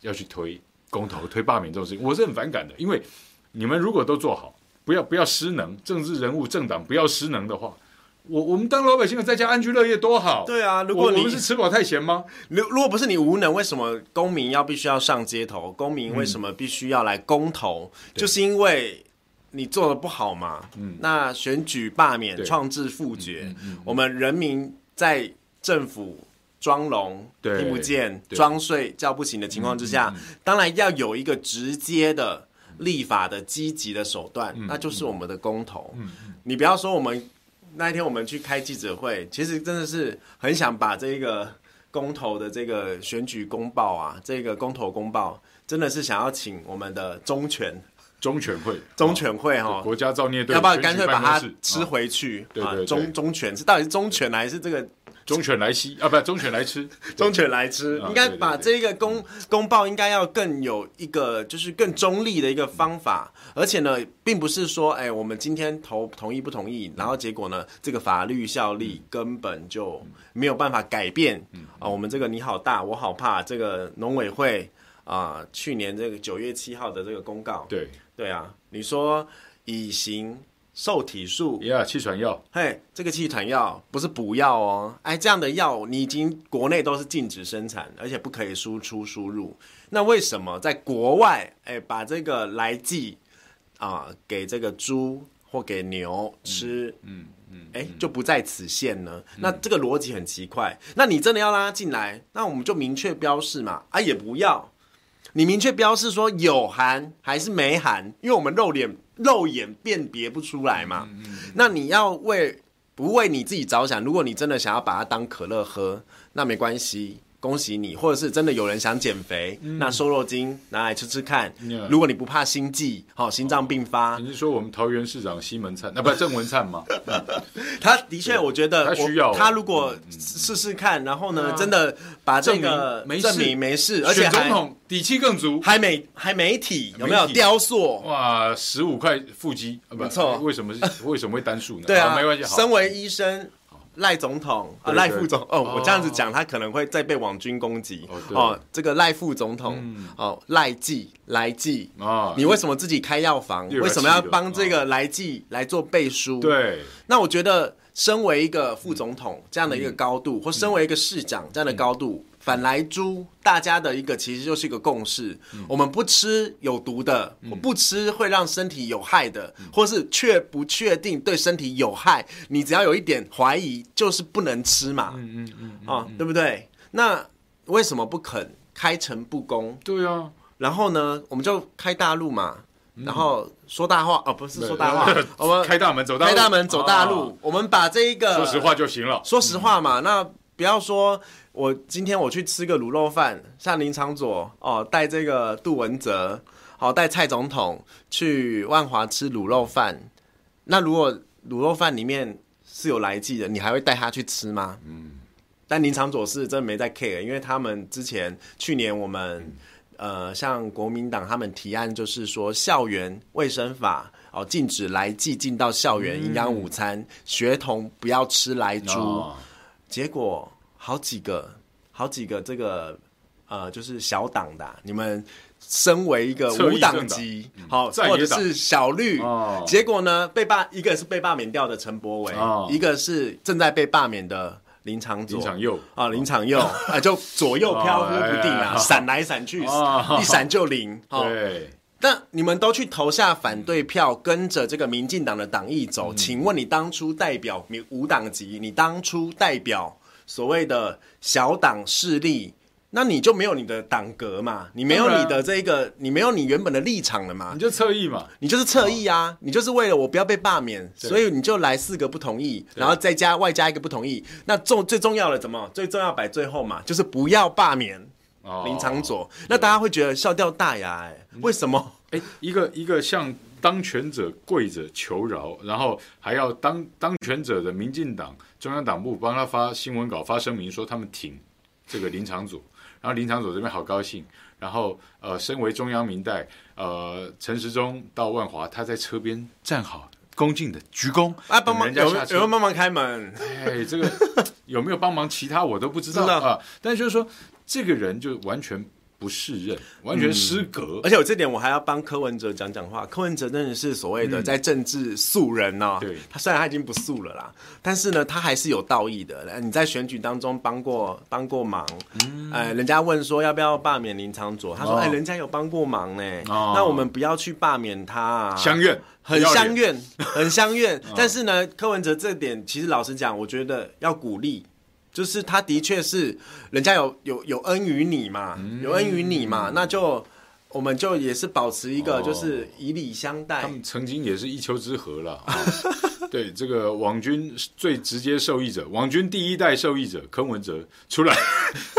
要去推公投、推罢免这种事情，我是很反感的，因为你们如果都做好，不要不要失能，政治人物、政党不要失能的话，我我们当老百姓的在家安居乐业多好。
对啊如果
我
你
我们是吃饱太闲吗？
如如果不是你无能，为什么公民要必须要上街头？公民为什么必须要来公投？就是因为你做的不好嘛。嗯，那选举罢免、
对
创制复
嗯
决，我们人民在政府装聋
对
听不见、
对嗯
装睡叫不醒的情况之下，当然要有一个直接的。立法的积极的手段，
嗯
那就是我们的公投。你不要说我们那一天我们去开记者会，其实真的是很想把这个公投的这个选举公报啊，这个公投公报，真的是想要请我们的中全
哦中全会，哦
中全会哈、
国家造孽队，
要不要
选举
干脆把
办公
它
室
吃
啊
回去？
对对
啊
对
中中全是到底是中全还是这个
忠犬来吸啊，不，忠犬来吃。
中犬来吃，
啊
应该
对对
把这个公公报应该要更有一个就是更中立的一个方法，而且呢，并不是说哎我们今天投同意不同
嗯
意，然后结果呢这个法律效力根本就没有办法改变
嗯
啊、我们这个你好大我好怕这个农委会啊、去年这个九月七号的这个公告，
对，
对啊，你说乙型受体素
呀，气喘药，
嘿，这个气团药不是补药哦，哎，这样的药你已经国内都是禁止生产，而且不可以输出输入。那为什么在国外，哎，把这个来剂啊、给这个猪或给牛吃，
嗯嗯，
哎、就不在此限呢？那这个逻辑很奇怪。那你真的要拉进来，那我们就明确标示嘛，啊，也不要。你明确标示说有含还是没含，因为我们肉眼肉眼辨别不出来嘛。
嗯
那你要为不为你自己着想，如果你真的想要把它当可乐喝，那没关系。恭喜你，或者是真的有人想减肥，那瘦肉精拿来吃吃看。
嗯 Yeah
如果你不怕心悸，好、心脏病发，
你是说我们桃园市长西门灿啊，不郑文灿吗？
他的确，我觉得
哦他
我
需要嗯
他如果试试看，然后呢，真的把这
证
个
明没事
证明没事，而且
选
还
总统底气更足。
还媒还媒体有没有
媒体
雕
哦
塑？
哇，十五块腹肌，啊、不
没错
为什么是为什么会单数呢？
对啊，
好没关系，好
身，为医生，赖总统啊，
对
赖
对
副总哦，我
哦
这样子讲，他可能会再被网军攻击
哦对嗯
哦。这个赖副总统哦，赖记来记
啊
你为什么自己开药房？
又有
为什么要
气了
帮这个来记来做背书？。
哦对，
那我觉得，身为一个副总统这样的一个高
嗯
度，或身为一个市长这样的高度，反来猪大家的一个其实就是一个共识：
嗯
我们不吃有毒的，不吃会让身体有害的，
嗯
或是确不确定对身体有害，你只要有一点怀疑，就是不能吃嘛，
嗯嗯嗯，
啊，对不对？那为什么不肯开诚布公？
对啊，
然后呢，我们就开大陆嘛。然后说大话哦，不是说大话， 我们
嗯开大门走大
呃开
路
大门走大路，
啊
我们把这一个
说实，话就行了。
说实话嘛，那不要说我今天我去吃个卤肉饭，像林长佐哦，带这个杜文泽，好、带蔡总统去万华吃卤肉饭，那如果卤肉饭里面是有来记的，你还会带他去吃吗？嗯，但林长佐是真的没在 care，因为他们之前去年我们、呃，像国民党他们提案就是说校园卫生法。哦，禁止来记进到校园营养午餐，学童不要吃来猪。
啊
结果好几个，好几个这个呃，就是小党的啊、你们身为一个
侧翼嗯
无党籍，好、
在
或
野
者
党
是小绿，
哦
结果呢被罢，一个是被罢免掉的陈柏伟，
哦
一个是正在被罢免的林长佐，
林场右
啊，林场佑啊，就左右飘忽不定
哦哎
啊，
哎
闪来闪去
哦，
一闪就灵，哦
对，
那你们都去投下反对票，跟着这个民进党的党意走，请问你当初代表民无党籍，你当初代表所谓的小党势力，那你就没有你的党格嘛？你没有
当然
你的这个，你没有你原本的立场了嘛
你？就侧翼嘛，
你就是侧翼啊，你就是为了我不要被罢免，所以你就来四个不同意，然后再加外加一个不同意。那重最重要的怎么？最重要摆最后嘛，就是不要罢免
哦
林长佐。那大家会觉得笑掉大牙、哎，为什么？
哎，一个一个向当权者跪着求饶，然后还要当当权者的民进党中央党部帮他发新闻稿、发声明说他们挺这个林长佐，然后林长佐这边好高兴，然后呃，身为中央明代，呃，陈时中到万华，他在车边站好，恭敬的鞠躬
啊，帮忙
等人
有
家下
有
车
人帮忙开门，
哎，这个 有没有帮忙其他我都不知道
知道
啊。但是就是说，这个人就完全不适任，完
嗯
全失格。
而且我这点我还要帮柯文哲讲讲话。柯文哲真的是所谓的在政治素人哦，
嗯对
他虽然他已经不素了啦，但是呢，他还是有道义的。你在选举当中帮过帮过忙，呃，人家问说要不要罢免林长佐，他
嗯
说
哦
哎、人家有帮过忙呢，
哦
那我们不要去罢免他、啊。
相怨，
很
不要脸啊
相怨， 很相怨。但是呢，柯文哲这点其实老实讲，我觉得要鼓励，就是他的确是人家有有有恩于你嘛，
嗯
有恩于你嘛，那就我们就也是保持一个
哦
就是以礼相待
他。们曾经也是一丘之貉了。啊对，这个网军是最直接受益者，网军第一代受益者柯文哲出来，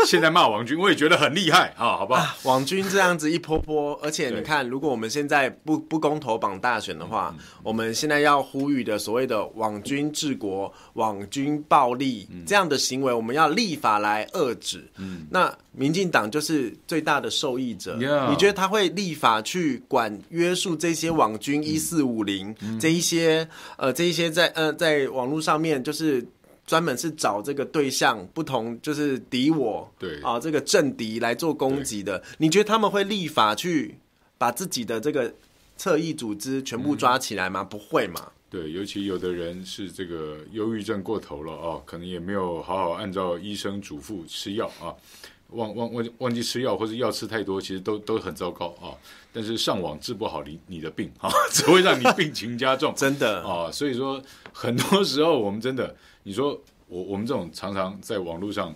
现在骂网军，我也觉得很厉害啊，好不好？
网军这样子一波波，而且你
对
看，如果我们现在不不公投榜大选的话，
嗯
我们现在要呼吁的所谓的网军治国、网军暴力、
嗯
这样的行为，我们要立法来遏止。那民进党就是最大的受益者。
Yeah
你觉得他会立法去管约束这些网军
嗯
一四五零这一些呃这一些在呃在网络上面就是。专门是找这个对象不同，就是敌我
对
啊，这个政敌来做攻击的，你觉得他们会立法去把自己的这个侧翼组织全
嗯
部抓起来吗？不会嘛？
对，尤其有的人是这个忧郁症过头了啊，可能也没有好好按照医生嘱咐吃药啊，忘忘忘忘记吃药或者药吃太多，其实都都很糟糕啊。但是上网治不好你你的病啊， 只会让你病情加重。
真的，
啊，所以说很多时候我们真的，你说我我们这种常常在网络上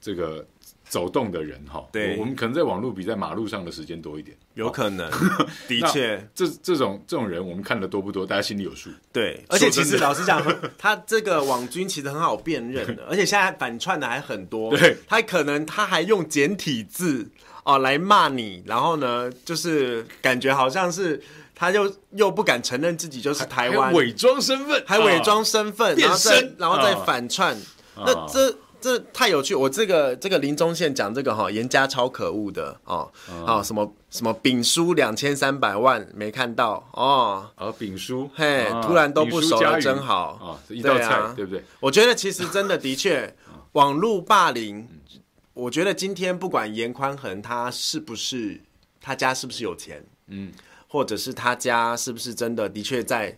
这个走动的人哈，
对
我我们可能在网络比在马路上的时间多一点。
有可能，的
那
确，
这这种这种人，我们看的多不多，大家心里有数。
对。而且其实
真的
老实讲， 他这个网军其实很好辨认 的，而且现在反串的还很多。
对，
他可能他还用简体字哦来骂你，然后呢，就是感觉好像是他又又不敢承认自己就是台湾
还伪装身份，
还伪
啊
装身份，
变
然后再
身
然后再
啊
反串，那这。这太有趣！我这个这个林宗宪讲这个哈，严家超可恶的哦，
啊
哦什么什么丙叔两千三百万没看到哦，
啊，丙叔，
嘿
啊
突然都不
丙叔
熟了
加鱼
真好
啊，一道
对啊
菜，对不对？
我觉得其实真的的确，网络霸凌，我觉得今天不管严宽恒他是不是他家是不是有钱，嗯，或者是他家是不是真的的确在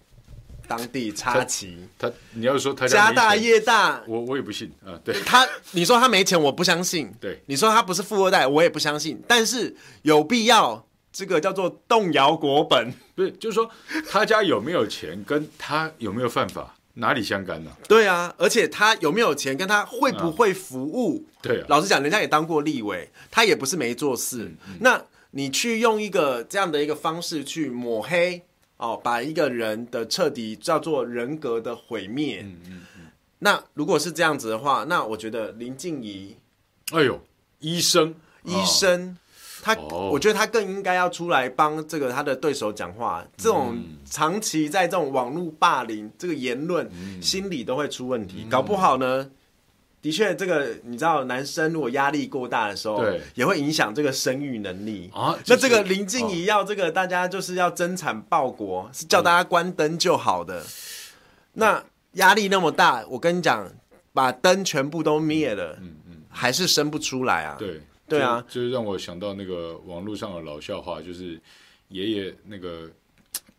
当地插旗，
他你要说他家
家
没
大
钱，
业大。
我我也不信啊，对，
他，你说他没钱，我不相信。
对
你说他不是富二代，我也不相信。但是有必要，这个叫做动摇国本。
不是，就是说他家有没有钱，跟他有没有犯法，哪里相干呢？
对啊，而且他有没有钱，跟他会不会服务，
对啊，
老实讲，人家也当过立委，他也不是没做事。
嗯
那你去用一个这样的一个方式去抹黑哦，把一个人的彻底叫做人格的毁灭。
嗯
那如果是这样子的话，那我觉得林静怡
哎呦，医生，
医生，他、
哦
我觉得他更应该要出来帮这个他的对手讲话。这种长期在这种网络霸凌这个言论，
嗯
心理都会出问题，搞不好呢。的确，这个你知道，男生如果压力过大的时候，
对
也会影响这个生育能力
啊
那
就是哦
这个林静怡要这个，大家就是要争产报国，是叫大家关灯就好
嗯
的。那压力那么大，我跟你讲，把灯全部都灭了，
嗯
还是生不出来啊。
对
对啊
就，就是让我想到那个网络上的老笑话，就是爷爷那个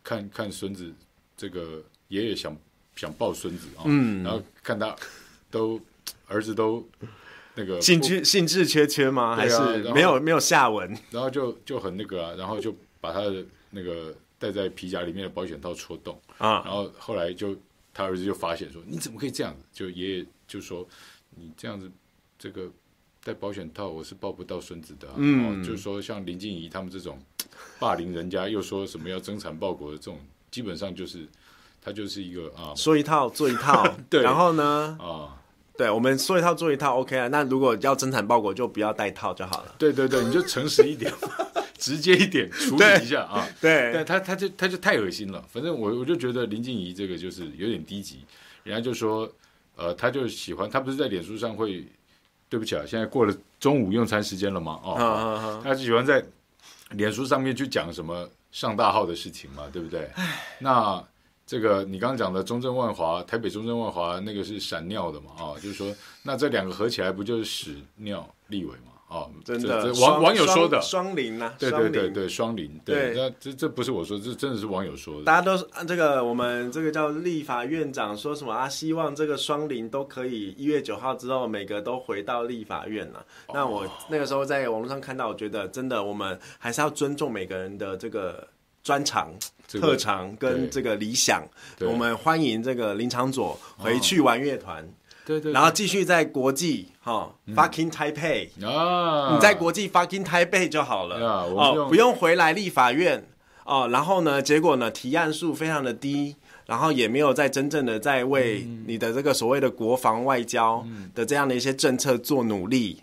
看看孙子，这个爷爷想想抱孙子啊，
嗯
然后看他都儿子都那个
兴趣兴致缺缺吗？还
对啊
是
然后
没有没有下文？
然后就就很那个啊，然后就把他的那个戴在皮夹里面的保险套戳洞
啊
然后后来就他儿子就发现说你怎么可以这样子？就爷爷就说你这样子这个戴保险套我是抱不到孙子的、啊，嗯，就说像林静怡他们这种霸凌人家又说什么要增产报国的这种，基本上就是他就是一个啊
说一套做一套，
对
然后呢？
啊。
对，我们说一套做一套，OK 啊。那如果要增产报国，就不要带套就好了。
对对对，你就诚实一点， 直接一点，处理一下啊。
对
但他他就他就太恶心了。反正我我就觉得林静怡这个就是有点低级，人家就说，呃，他就喜欢，他不是在脸书上会，对不起啊，现在过了中午用餐时间了吗？哦，
啊啊啊！
他就喜欢在脸书上面去讲什么上大号的事情嘛，对不对？那这个你刚刚讲的中正万华，台北中正万哦华那个是闪尿的嘛，啊、就是说那这两个合起来不就是屎尿立委嘛，啊、哦，
真
这
的
这网
双
网友说的，
双双零啊，
对
双
对
零
对对，双零，对，
对
那这这不是我说，这真的是网友说的，
大家都是啊这个，我们这个叫立法院长说什么啊？希望这个双零都可以一月九号之后，每个都回到立法院了、
哦
那我那个时候在网络上看到，我觉得真的，我们还是要尊重每个人的这个专长、
这个
特长跟
对
这个理想。
对
我们欢迎这个林长佐回去玩乐团，
对对，嗯
然后继续在国际哈、fucking Taipei。
啊，
你在国际 fucking 台北就好了
Yeah，我们
哦
用，
不用回来立法院哦。然后呢，结果呢，提案数非常的低，然后也没有在真正的在为
嗯
你的这个所谓的国防外交的这样的一些政策做努力。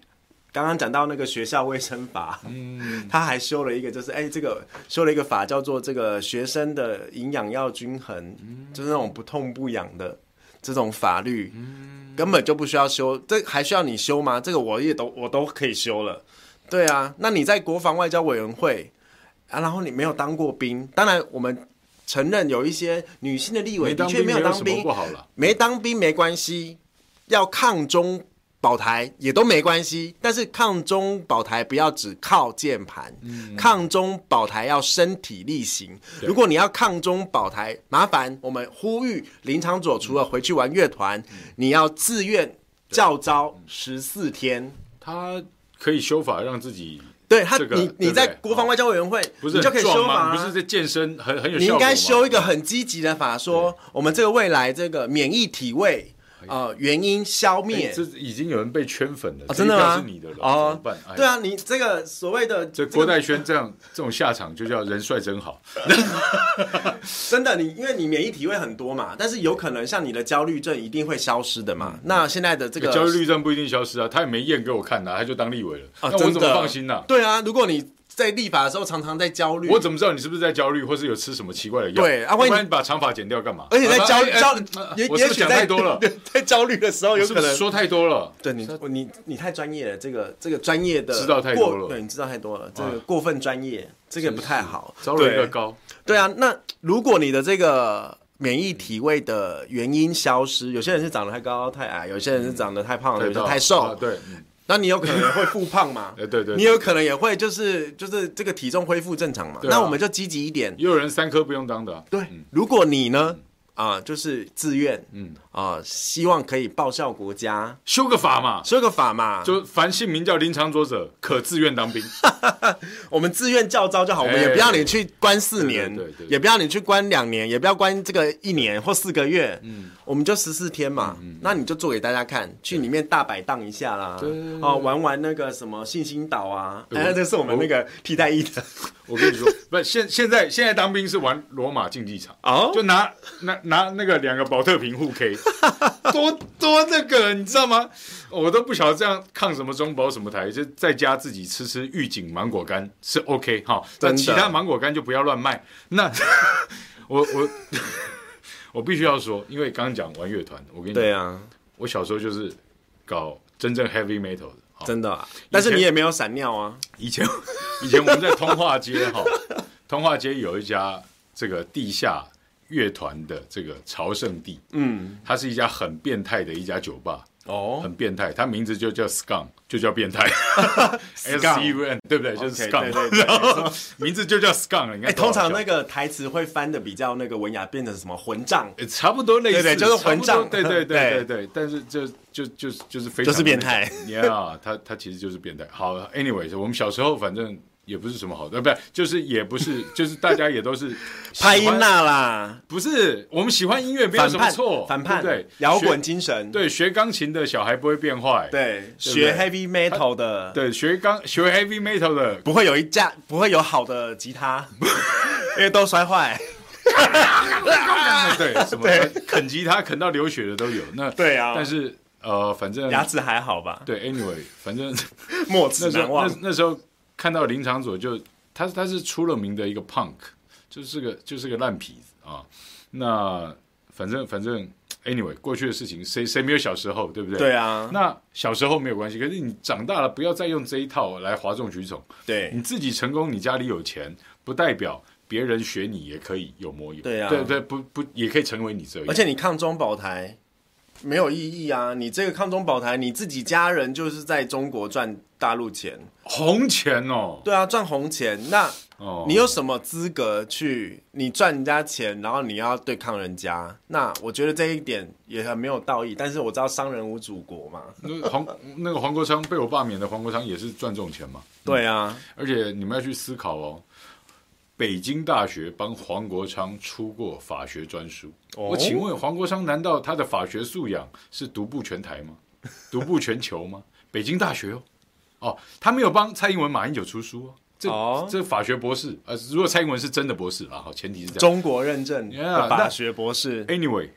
刚刚讲到那个学校卫生法，嗯，他还修了一个，就是哎，这个修了一个法叫做这个学生的营养要均衡，
嗯
就是那种不痛不痒的这种法律，
嗯
根本就不需要修，这还需要你修吗？这个我也都我都可以修了。对啊，那你在国防外交委员会啊，然后你没有当过兵，当然我们承认有一些女性的立委
没
的
当
确
兵
没有
有
当
什么啊
兵
不，好了，
没当兵没关系，要抗中保台也都没关系，但是抗中保台不要只靠键盘，
嗯
抗中保台要身体力行。如果你要抗中保台，麻烦我们呼吁林长佐除了回去玩乐团，
嗯
你要自愿教招十四天。
他可以修法让自己
对他，
这个
你
对
你
不
在
对
国防外交委员会，
不是
你就可以
很壮
修法、
吗？
啊，
不是在健身很很有
你
效
应
果
该
吗
修一个很积极的法说，我们这个未来这个免疫体位，呃，原因消
哎
灭
这。已经有人被圈粉了，
哦真的
这一票
吗
是你的了，
哦
怎么办？哎
对，啊，你这个所谓的
这郭代轩这样这种下场就叫人帅真好，
真的，你因为你免疫体位很多嘛，但是有可能像你的焦虑症一定会消失的嘛。那现在的这个
嗯焦虑症不一定消失啊，他也没验给我看呐、他就当立委了，
啊，
那我
真
怎
的
么放心呢、
对啊，如果你在立法的时候常常在焦虑，
我怎么知道你是不是在焦虑，或是有吃什么奇怪的药？
对啊万
要
一
不然你把长发剪掉干嘛？
而且在
啊
焦
哎哎
焦
啊，
也
我是
也
不是
许
讲
在
太多了，，
在焦虑的时候
我
有
是
可
不是
能
说太多了？
对你，你你太专业了，这个这个专业的
知道太多了
过对你知道太多了，这个过分专业，这个不太好。
招了一个
对
高，
对啊，那如果你的这个免疫体位的原因消失，有些人是长得太高太矮，有些人是长得太胖，有些
对
人太
啊
瘦，
对，嗯
那你有可能会复胖嘛？
哎 对对，
你有可能也会就是就是这个体重恢复正常嘛？
对啊
那我们就积极一点。
也有人三科不用当的啊，
对，如果你呢
嗯
啊、就是自愿，嗯啊、希望可以报效国家，
修个法嘛，
修个法嘛，
就凡姓名叫林长佐者，可自愿当兵。
我们自愿教招就好，我们
哎
也不要你去关四年
对对对对，
也不要你去关两年，也不要关这个一年或四个月，嗯，我们就十四天嘛，
嗯
那你就做给大家看，去里面大摆荡一下啦，哦，玩玩那个什么信心岛啊，
我
哎，这是我们那个替代 役的，
我跟你说，不，现现在现在当兵是玩罗马竞技场，
哦
就拿拿拿那个两个保特瓶互 K，多多那个，你知道吗？哦我都不晓得这样抗什么中保什么台，就在家自己吃吃预警芒果干是 OK 哈，
真
但
的
其他芒果干就不要乱卖。 那我我 我必须要说，因为刚刚讲玩乐团，我跟你
对
讲，
啊，
我小时候就是搞真正 heavy metal 的。哦哈
真的啊，但是你也没有闪尿啊，
以 前以前我们在通化街哈，通化街有一家这个地下乐团的这个朝圣地，
嗯，
它是一家很变态的一家酒吧，
哦，
很变态，它名字就叫 Scum，就叫变 态
Scum
，S U N 对不对？就是
OK，对
Scum，
对对
然后 名字就叫 Scum 了。你
哎，
看多
通
好笑，
常那个台词会翻的比较那个文雅，变成什么混账，
呃差不多类似，
对对就是混账
差不多对对对
对
对对，但是就就就是就是非常
就是变态
，Yeah，他他其实就是变态。好，anyway，我们小时候反正也不是什么好的，呃不是，就是也不 是，就是大家也都是
拍音
呐，
娜啦，
不是我们喜欢音乐没有
反
什么
叛
错，
反叛，
对不对，
摇
学
滚精神，
对学钢琴的小孩不会变坏，
对，
对
学 heavy metal 的
对学钢学 heavy metal 的
不会有一架，不会有好的 吉他，因为都摔坏。
对什么啃吉他啃到流血的都有，那
啊对啊
但是呃反正
牙齿还好吧？
对 anyway 反正。
莫
那
齿
时
难
候
忘
那。那时候看到林长佐就他他是出了名的一个 punk，就是个就是个烂痞子啊。那反正反正 anyway 过去的事情，谁谁没有小时候，对不对？
对。啊，
那小时候没有关系，可是你长大了，不要再用这一套来哗众取宠。
对
你自己成功，你家里有钱，不代表别人学你也可以有模有样。
对啊
对对，不不，也可以成为你这样。
而且你抗中保台没有意义啊！你这个抗中保台，你自己家人就是在中国赚大陆钱，
红钱哦，
对啊，赚红钱。那
哦，
你有什么资格去你赚人家钱，然后你要对抗人家？那我觉得这一点也很没有道义。但是我知道商人无祖国嘛，
那个黄那个黄国昌被我罢免的黄国昌也是赚这种钱嘛？
对啊，
而且你们要去思考哦，北京大学帮黄国昌出过法学专书。
哦
我请问黄国昌，难道他的法学素养是独步全台吗？独步全球吗？ 北京大学哦，哦，他没有帮蔡英文、马英九出书哦。这、
哦
这法学博士，呃，如果蔡英文是真的博士啊，好，前提是这样。
中国认证
Yeah，
的大学博士
Anyway，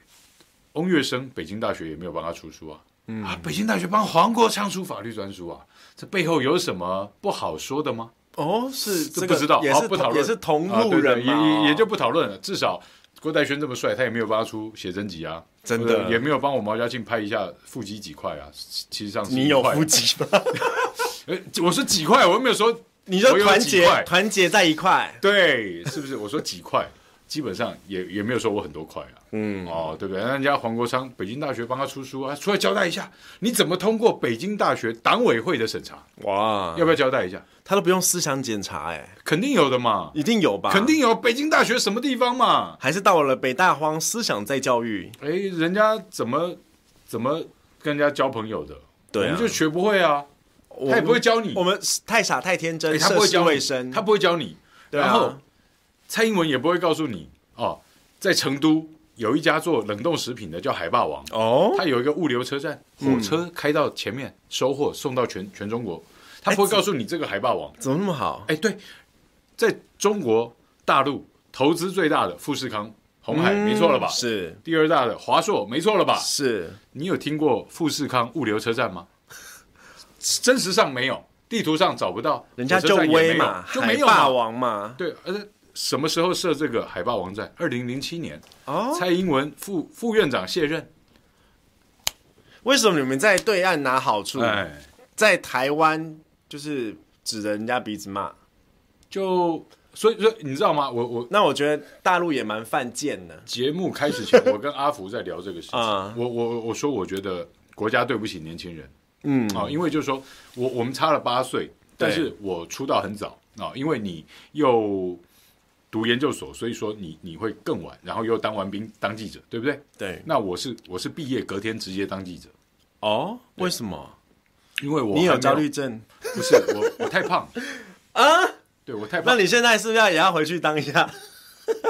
翁月生北京大学也没有帮他出书啊。
嗯
啊，北京大学帮黄国昌出法律专书啊，这背后有什么不好说的吗？
哦，是这
这
个
不知道，
也
好
是
不讨论，
也是同
啊
路
对对
人嘛，哦
也也也就不讨论了。至少郭代轩这么帅，他也没有帮他出写真集啊，
真的
对不对也没有帮我毛家庆拍一下腹肌几块啊。其实上是
你有
一块
腹，肌 吗？
呃我说几块，我又没有说
你
我
就
有
团
几
结
块
团结在一块，
对，是不是？我说几块，基本上也也没有说我很多块啊。嗯，哦，对不对？那人家黄国昌，北京大学帮他出书啊，出来交代一下，你怎么通过北京大学党委会的审查？
啊哇，
要不要交代一下？
他都不用思想检查，哎，
肯定有的嘛，
一定有吧？
肯定有。北京大学什么地方嘛？
还是到了北大荒，思想在教育，
哎，人家怎么怎么跟人家交朋友的？
对啊
我们就学不会啊，
我
他也
们
不会教你
我，们太傻太天
哎
真，
他不会
涉世
教
未
你，
深，
他不会教你。
对啊
然后蔡英文也不会告诉你哦，在成都有一家做冷冻食品的叫海霸王，
哦，嗯
它有一个物流车站，火车开到前面收货送到全全中国，
哎
他不会告诉你这个海霸王。
怎么那么好？
哎，对，在中国大陆投资最大的富士康、红海，哎没错了吧？
嗯是
第二大的华硕，没错了吧？
是，
你有听过富士康物流车站吗？ 真实上没有，地图上找不到，
人家
火
就
车站也没有
威嘛，
就
海
没有
霸
嘛。
王嘛，
对，而且什么时候设这个海霸王站？二零零七年，
哦，
蔡英文副副院长卸任，
为什么你们在对岸拿好处，
哎，
在台湾就是指着人家鼻子骂？
就所以所以你知道吗？我我
那我觉得大陆也蛮犯贱的，
节目开始前，我跟阿福在聊这个事情。
啊
我我我说，我觉得国家对不起年轻人
嗯，
啊、因为就是说我我们差了八岁，但是我出道很早啊、因为你又读研究所，所以说你你会更晚，然后又当完兵当记者，对不对？
对，
那我是我是毕业隔天直接当记者，
哦，为什么？
因为我
你
还
有
没
焦虑？症？
不是我我太胖啊，对我太
那
胖。
你现在是不是要也要回去当一下？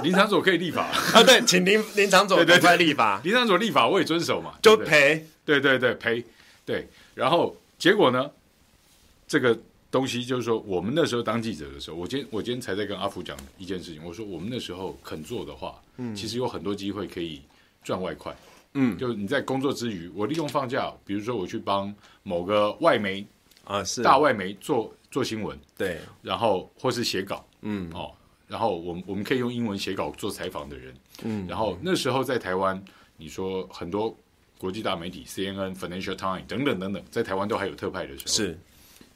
林场所可以立法，
啊，对，请林林长 总
对对
赶快立法，
林场所立法我也遵守嘛，对
就
不对
赔。
对对对，赔对。然后结果呢，这个东西就是说，我们那时候当记者的时候，我今天我今天才在跟阿福讲一件事情，我说我们那时候肯做的话，嗯，其实有很多机会可以赚外快。
嗯，
就是你在工作之余，我利用放假，比如说我去帮某个外媒、
啊，是
大外媒做做新闻，
对，
然后或是写稿，
嗯，
哦，然后我们我们可以用英文写稿做采访的人，嗯，然后那时候在台湾，你说很多国际大媒体 CNN、Financial Times 等等等等，在台湾都还有特派的时候，
是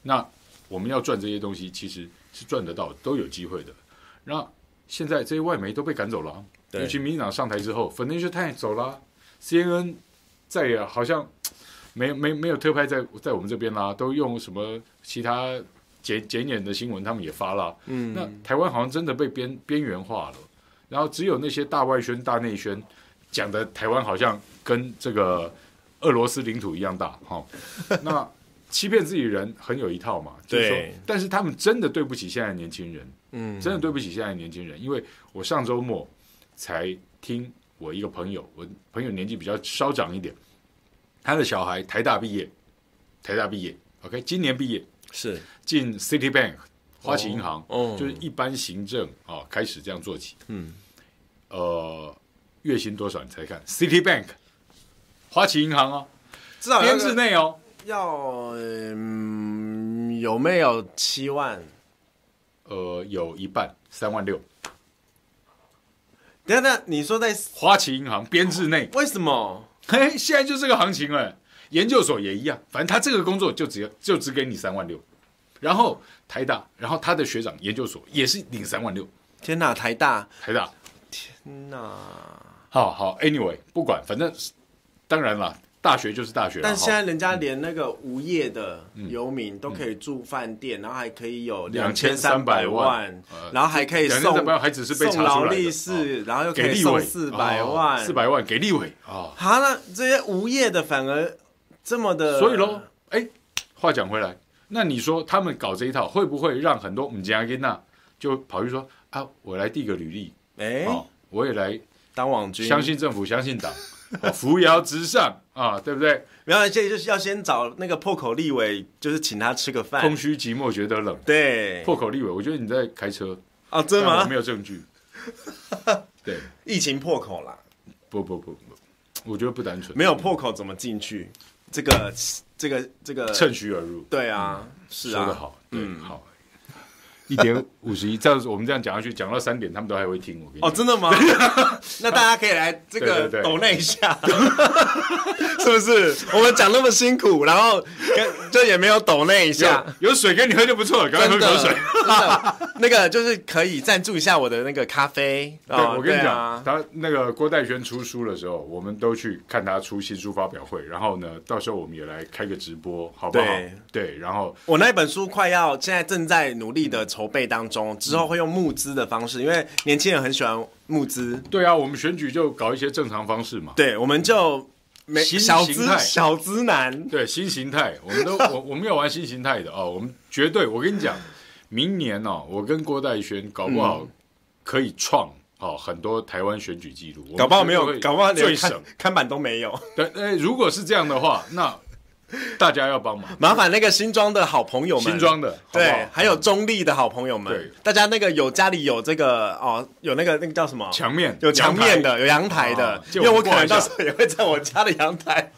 那我们要赚这些东西，其实是赚得到，都有机会的。那现在这些外媒都被赶走了啊，
对
尤其民进党上台之后，Financial Times 走了啊，CNN 再也好像没没没有特派在在我们这边啦，都用什么其他简简简的新闻，他们也发啦。嗯，那台湾好像真的被边边缘化了，然后只有那些大外宣、大内宣讲的台湾好像跟这个俄罗斯领土一样大哈、 哦那欺骗自己人很有一套嘛，就是说
对，
但是他们真的对不起现在的年轻人，
嗯，
真的对不起现在的年轻人，因为我上周末才听我一个朋友，我朋友年纪比较稍长一点，他的小孩台大毕业，台大毕业，OK，今年毕业
是，
进 Citibank 花旗银行，
哦
就是一般行政啊、开始这样做起，
嗯，
呃，月薪多少你猜看？Citibank 花旗银行哦，
至少要
编制内哦，
要嗯有没有七万？
呃，有一半三万六，
等一下，那你说在
花旗银行编制内，
为什么？
嘿，现在就这个行情了。研究所也一样，反正他这个工作就只要就只给你三万六，然后台大，然后他的学长研究所也是领三万六，
天哪，台大，
台大。
天哪，
好好，anyway，不管，反正当然了，嗯大学就是大学啦，
但
哈
现在人家连那个无业的游民都可以住饭
嗯
店，然后还可以有三百
万呃
然后还可以送
2300万还只是被查出
送
来的哦
劳力士，然后又可
给
以
立
送
委哦
四百万，
四百、400万给立委啊、
好，那这些无业的反而这么的，
所以喽，哎，话讲回来，那你说他们搞这一套，会不会让很多我们家囡呐就跑去说啊，我来递个履历，
哎、
哦，我也来
当网军，
相信政府，相信 党，哦扶摇直上啊，对不对？
没有，这就是要先找那个破口立委，就是请他吃个
空
饭，
虚寂寞觉得冷，
对，
破口立委，我觉得你在开车，
哦，真的
但我
吗
没？有证 据。对，
疫情破口啦，
不不不不，我觉得不单纯，
没有破口怎么进去？这个这个这个，
趁虚而入。
对啊，是
说
啊，
得好，对，好。嗯一点五十一，这样子我们这样讲下去，讲到三点，他们都还会听。我跟你
哦，
讲，
真的吗？ 那大家可以来这个
对对对
抖那一下， 是不是？我们讲那么辛苦，然后跟就也没有抖那一下，
有有水给你喝就不错了，赶快喝
真的
口 水。
真的，那个就是可以赞助一下我的那个咖啡。
对，
哦
我跟你
对
讲，
啊
他那个郭代轩出书的时候，我们都去看他出新书发表会，然后呢，到时候我们也来开个直播，好不好？
对
对，然后
我那本书快要现在正在努力的筹备当中，之后会用募资的方式，因为年轻人很喜欢募资。
对啊，我们选举就搞一些正常方式嘛。
对，我们就没
新
小
形
资
态
小资男，
对，新形 态，我们都我我们要玩新形态的哦，我们绝对，我跟你讲，明年哦，我跟郭代轩搞不
嗯
好可以创。哦，很多台湾选举记录，们
搞不好没
绝对
有，
会
搞不好
最
连
省
看。看板都没有。
对，呃，如果是这样的话，那大家要帮 忙。
麻烦那个新庄的好朋友们，
新庄的，好不好
对，还有中立的好朋友
对
们，大家那个有家里有这个哦，有那个那个叫什么
墙面
有墙面的，有阳台的
啊，
因
借我
为
们
我可
挂
能
一下
到时候也会在我家的阳台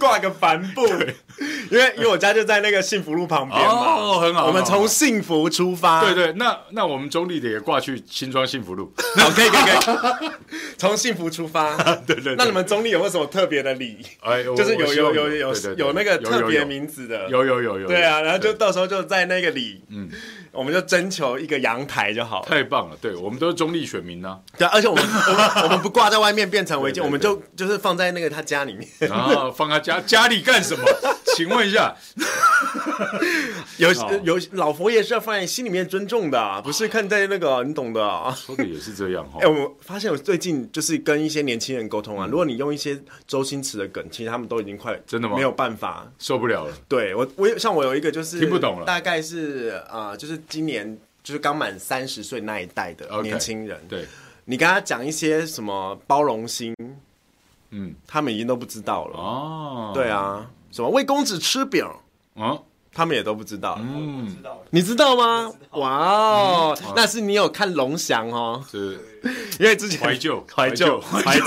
挂个帆布，因为因为我家就在那个幸福路旁边嘛，
哦很好
我们
很好
从幸福出发，
对对，那那我们中立的也挂去新庄幸福路，
好，可以可以可以， 从幸福出发，
对对对
那你们中立有没有什么特别的礼？
哎，我
就是
我
有
希望
有有有
对对对
有那个
有
特别
有
名字的，
有有有有有，
对啊，然后就
对
到时候就在那个里，嗯，我们就征求一个阳台就好了。
太棒了，对我们都是中立选民呐，
对啊，而且 我们我们我们不挂在外面变成违禁，
对对
我们就就是放在那个他家里面。
然后放他家 家里干什么？请问一下，
有有老佛爷是要放在心里面尊重的啊，不是看在那个你懂的啊。
说的也是这样哈
哎、，我发现我最近就是跟一些年轻人沟通啊，如果你用一些周星驰的梗，其实他们都已经快
真的吗
没有办法
受不 了了，
对我，我有像我有一个就是
听不懂了
大概是呃，就是今年就是刚满三十岁那一代的
OK
年轻人
对，
你跟他讲一些什么包容心，
嗯，
他们已经都不知道了。
哦，
对啊，什么为公子吃饼，
嗯
他们也都不知道。
嗯，
你知道吗？哇哦，那是你有看龙翔哦，
是
因为之前
怀旧
怀旧、
怀
怀旧，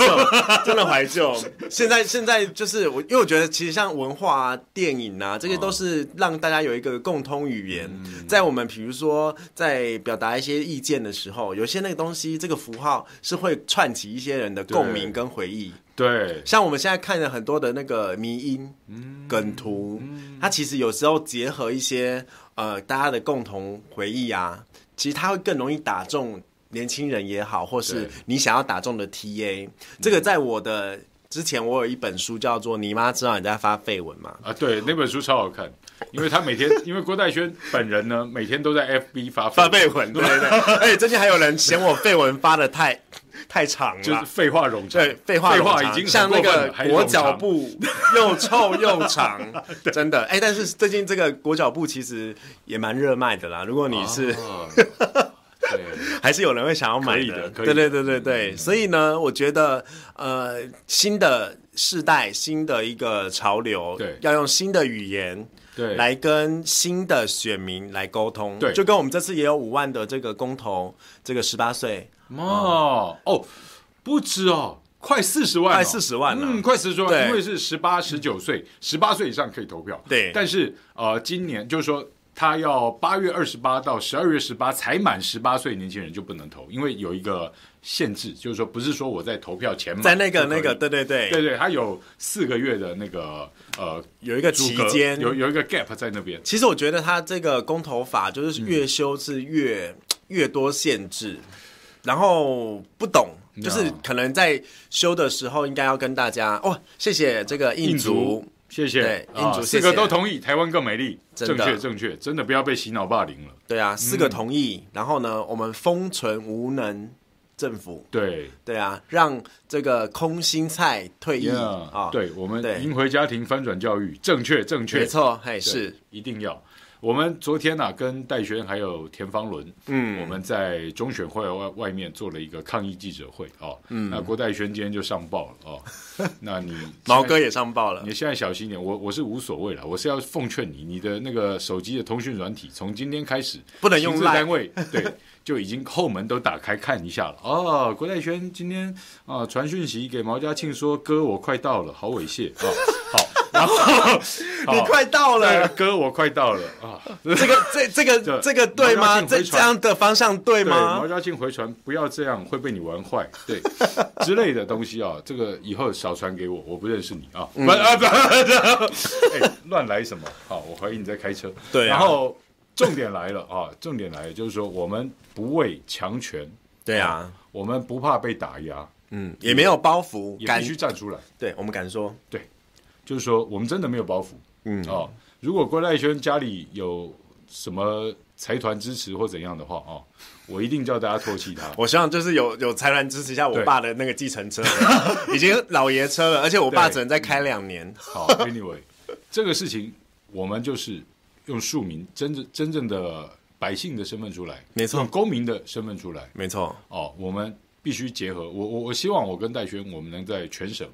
真的怀旧。现在现在就是我，因为我觉得其实像文化啊、电影啊，这些都是让大家有一个共通语言。在我们比如说在表达一些意见的时候，有些那个东西，这个符号是会串起一些人的共鸣跟回忆。
对，
像我们现在看了很多的那个迷音、梗图，它其实有时候结合一些呃大家的共同回忆啊，其实它会更容易打中年轻人也好，或是
对
你想要打中的 TA。这个在我的之前，我有一本书叫做《你妈知道你在发绯闻吗》。
啊，对，那本书超好看，因为他每天， 因为郭代轩本人呢，每天都在 FB 发
发绯闻，对对对。而且最近还有人嫌我绯闻发的太太长了，
就是废话冗长，
对，废话
废
冗
话
长
已经
像
很
那
过分
个
了还
裹
冗
脚
长
布又臭又长，真的。哎、但是最近这个裹脚布其实也蛮热卖的啦。如果你是、
哦对，
还是有人会想要买
可以的可嗯以的
对对对对对。所以呢，我觉得呃，新的世代、新的一个潮流，
对
要用新的语言。
对
来跟新的选民来沟通，
对
就跟我们这次也有五万的这个公投，这个十八岁，
哦哦，不止哦，快四十万哦，
快40万了啊
嗯，快四十万，
对
因为是十八、十九岁，十八岁以上可以投票，
对
但是呃，今年就是说。他要八月二十八到十二月十八才满十八岁，年轻人就不能投，因为有一个限制，就是说不是说我在投票前买
在那个
就可
那
以
个，对对对，
对对，他有四个月的那个呃
有一个
阻
期
隔
间，
有有一个 gap 在那边，
其实我觉得他这个公投法就是越修是越、越多限制，然后不懂就是可能在修的时候应该要跟大家哦，谢谢这个印
印
族
族，谢谢
对，
啊
印主
四
谢谢
个都同意，台湾更美丽，
真
正
的
确正确，真的不要被洗脑霸凌了。
对啊，四个同意，然后呢，我们封存无能政府，
对
对啊，让这个空心菜退役啊
，yeah，对我们
对
赢回家庭翻转教育，正确正确
没，错，嘿，
对
是，
一定要。我们昨天啊，跟戴轩还有田方伦，嗯，我们在中选会外外面做了一个抗议记者会哦，嗯，那郭戴轩今天就上报了哦，那 你
毛哥也上报了
你，现在小心一点，我我是无所谓了，我是要奉劝你，你的那个手机的通讯软体从今天开始
不能用
行政
Line
单位 对就已经后门都打开看一下了。哦，郭代轩今天啊、传讯息给毛家庆说，哥我快到了，好猥亵啊、好，然 后
你快到
对
了，
哥我快到了啊，
这个这
对
这个这个对
毛家
吗？
庆
这
回
这
传
样的方向
对，
对
毛
吗？
家庆回传不要这样，会被你玩 坏，对之类的东西啊，这个以后少传给我，我不认识你啊，
嗯
不啊不， 哎乱来什么？好，我怀疑你在开车。
对
然
啊
后重点来了啊，重点来了，就是说我们不畏强权，
对啊，
我们不怕被打压，
嗯，也没有包袱，
也
敢
必须站出来。
对我们敢说，
对，就是说我们真的没有包袱。嗯哦，如果郭代轩家里有什么财团支持或怎样的话哦，我一定叫大家唾弃他。
我希望就是有有财团支持一下我
对
爸的那个计程车，已经老爷车了，而且我爸
对
只能再开两年。
好，Anyway，这个事情我们就是用庶民真正真正的百姓的身份出来，
没错
用公民的身份出来。
嗯没错，
哦，我们必须结合我我我希望我跟戴轩，我们能在全省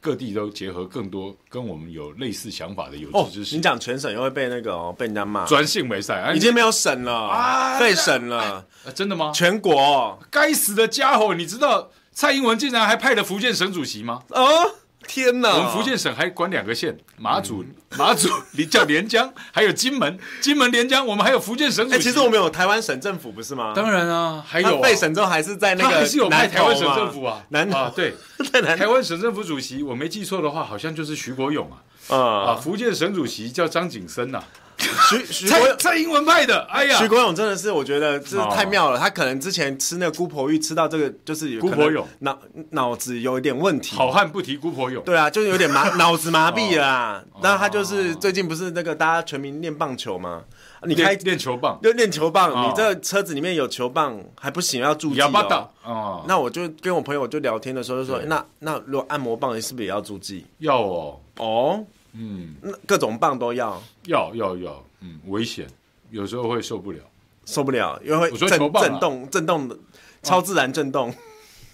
各地都结合更多跟我们有类似想法的有
哦
志，之士。
你讲全省又会被那个哦，被人家骂，
转性没赛，哎
已经没有省了，被省了，
啊真的吗？
全国哦
该死的家伙，你知道蔡英文竟然还派了福建省主席吗？
哦，天哪！
我们福建省还管两个县，马祖、马祖你叫连江，还有金门，金门连江，我们还有福建省主
哎，
席。
其实我们有台湾省政府不是吗？
当然啊，还有
他
啊
被省之后还是在那
他
个
还是有派
南
台湾
投
省
嘛
政府啊，
南投
啊对，
在南
台湾省政府主席，我没记错的话，好像就是徐国勇啊。啊，
啊，
福建省主席叫张景森呐、
徐徐国
蔡蔡英文派的，哎呀
徐，国勇真的是，我觉得这
哦
太妙了。他可能之前吃那个姑婆芋，吃到这个就是有
姑
可
婆
能
蛹
脑脑子有一点问题。
好汉不提姑婆勇，
对啊，就是有 点麻脑子麻痹了啦。
哦
那他就是最近不是那个大家全民练棒球吗？啊你开
练练球棒，
就练球棒，
哦
你这车子里面有球棒还不行，要注记
哑巴打
哦。
啊，
那我就跟我朋友就聊天的时候就说，那那如果按摩棒是不是也要注记？
要哦，
哦，
嗯，
那各种棒都要，
要要要，嗯，危险，有时候会受不了。
受不了，因为
我
会
说
震
球棒啊
震动震动的超自然震动。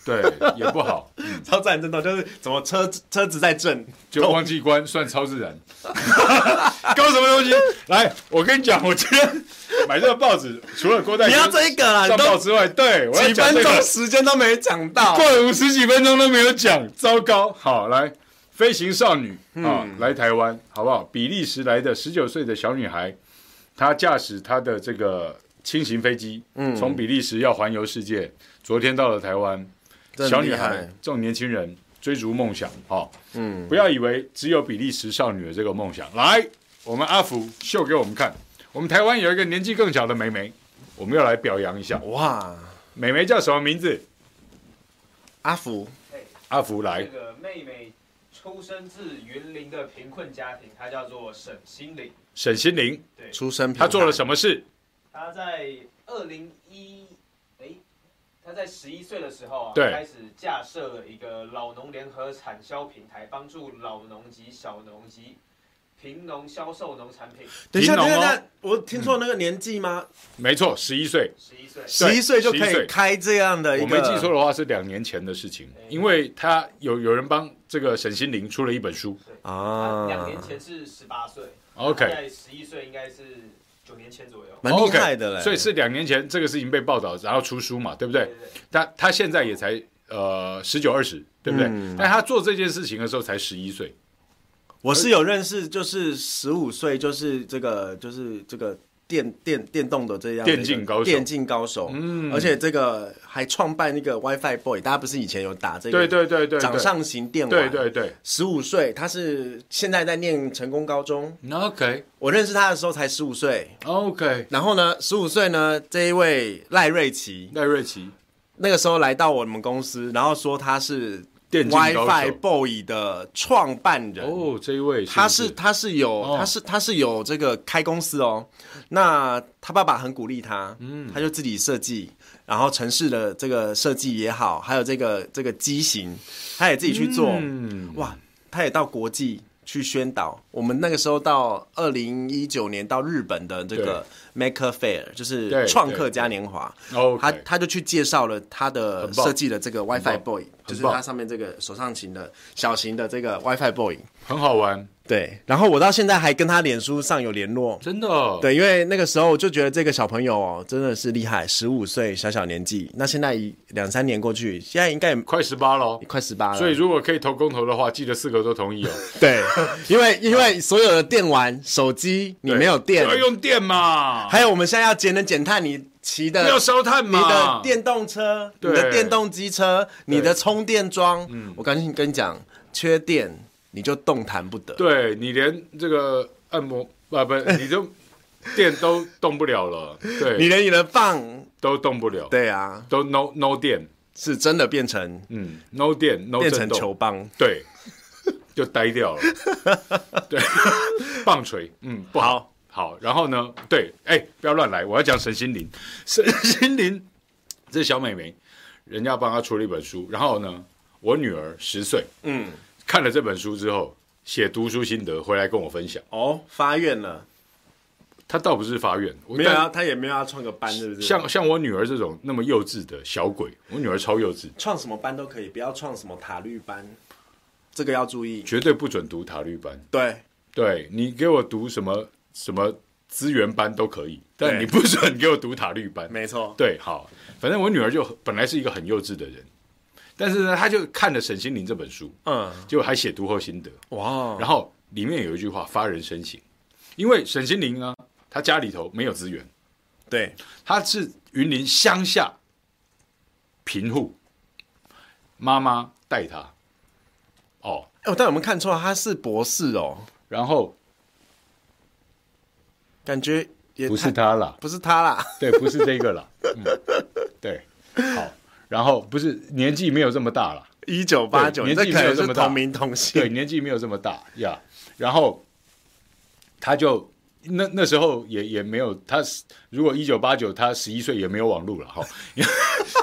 对，也不好，嗯
超自然震动，就是怎么车车子在震，
就忘记关，算超 自然。搞什么东西？来，我跟你讲，我今天买这个报纸，除了郭代
你
轩
要这个啦，你
上
都
报之外，对，我要
几
讲
分
这个
钟时间都没讲到，
过了五十几分钟都没有讲，糟糕。好，来，飞行少女
嗯
啊、来台湾好不好？比利时来的十九岁的小女孩，她驾驶她的这个轻型飞机，嗯，从比利时要环游世界，昨天到了台湾。
真
小
厉
女孩
害，
这种年轻人追逐梦想，哦，嗯，不要以为只有比利时少女的这个梦想。来，我们阿福秀给我们看，我们台湾有一个年纪更小的妹妹，我们要来表扬一下。
哇，
妹妹叫什么名字？
阿福
阿福来
哎这。个妹妹出生自云林的贫困家庭，她叫做沈心凌。
沈心凌，
对，
出生平
她
凡
做了什么事？
她在二零一，哎，她在十一岁的时候啊，
对
开始架设了一个老农联合产销平台，帮助老农及小农及贫农销售农产品。
等一下，
贫
等
农哦
一下，等一下我听错那个年纪吗？
没错，十一岁。
十一岁，
对
十一岁就可
11岁
以开这样的一
我
个，
没记错的话是两年前的事情，因为她有有人帮这个沈心凌出了一本书。
啊
她，两年前是十八岁
OK
她在十一岁应该是九年前左右。
蛮厉害的
OK，
嘞，
所以是两年前这个事情被报道，然后出书嘛，对不对
对？对对，
她她现在也才呃十九二十，对不对？
嗯
但她做这件事情的时候才十一岁，
我是有认识，就是十五岁，就是这个，就是这个电电电动的这样的一个
电竞高手
电竞高手，
嗯
而且这个还创办那个 WiFi Boy，大家不是以前有打这个
对对对对，对
掌，上型电
对
玩，
对对
十五岁，他是现在在念成功高中，
，OK
我认识他的时候才十五岁，
OK，
然后呢，十五岁呢，这一位赖瑞奇，
赖瑞奇
那个时候来到我们公司，然后说他是
电竞高手
WiFi Boy 的创办人。
哦，这一位
他
是
是
不
他是有、
哦
他是他是有这个开公司哦，那他爸爸很鼓励他，嗯，他就自己设计，然后城市的这个设计也好，还有这个这个机型，他也自己去做，
嗯
哇，他也到国际去宣导。我们那个时候到二零一九年到日本的这个 Maker Fair，就是
对
创客嘉年华，
OK
他他就去介绍了他的
很棒
设计的这个 WiFi Boy，就是
棒
他上面这个手上型的小型的这个 WiFi Boy。
很好玩，
对，然后我到现在还跟他脸书上有联络。
真的。哦
对，因为那个时候我就觉得这个小朋友哦，真的是厉害，十五岁小小年纪，那现在一两三年过去，现在应该也
快十八了，
快十八了。
所以如果可以投公投的话，记得四个都同意哦。
对，因为因为所有的电玩、手机你没有电
就，要用电嘛，
还有我们现在要节能减碳，你骑的
要烧炭
你的
嘛。
电动车、你
对嗯
的电动机车、你的充电桩，我赶紧跟你讲，缺电你就动弹不得。
对你连这个按摩啊不，你 就电都动不了了，对，
你连你的棒，
都动不了，
对啊，
都 no no 电，
是真的变成
嗯，no 电 no
变
震
成球
动，
棒。
对， 就呆掉 了，对， 棒槌，嗯，不好。好，然后呢？对，哎，不要乱来！我要讲沈心灵，沈 心灵这小美眉，人家帮她出了一本书。然后呢，我女儿十岁
嗯，
看了这本书之后，写读书心得回来跟我分享。
哦，发愿了，
她倒不是发愿，我
没有
但
啊，他也没有要创个班，是不是？
像像我女儿这种那么幼稚的小鬼，我女儿超幼稚，
创什么班都可以，不要创什么塔绿班，这个要注意。
绝对不准读塔绿班。
对，
对你给我读什么什么资源班都可以，但
对
你不准给我读塔绿班。
没错。
对，好，反正我女儿就本来是一个很幼稚的人，但是呢，她就看了沈心凌这本书，
嗯，
结果还写读后心得，
哦哇，
然后里面有一句话发人深省，因为沈心凌呢，啊她家里头没有资源，
对，
她是云林乡下贫户，妈妈带她，哦，
哦，但我们看错，他是博士哦，
然后
感觉也
不
太
是她啦。
不是他啦，
对，不是这个了。嗯，对，好，然后不是年纪没有这么大了，
一九八九，
对
这
年纪
可
没
能
有这
是
么大
同名同
对，
姓。
年纪没有这么大呀。然后他就那那时候也也没有他，如果一九八九他十一岁也没有网络了哈，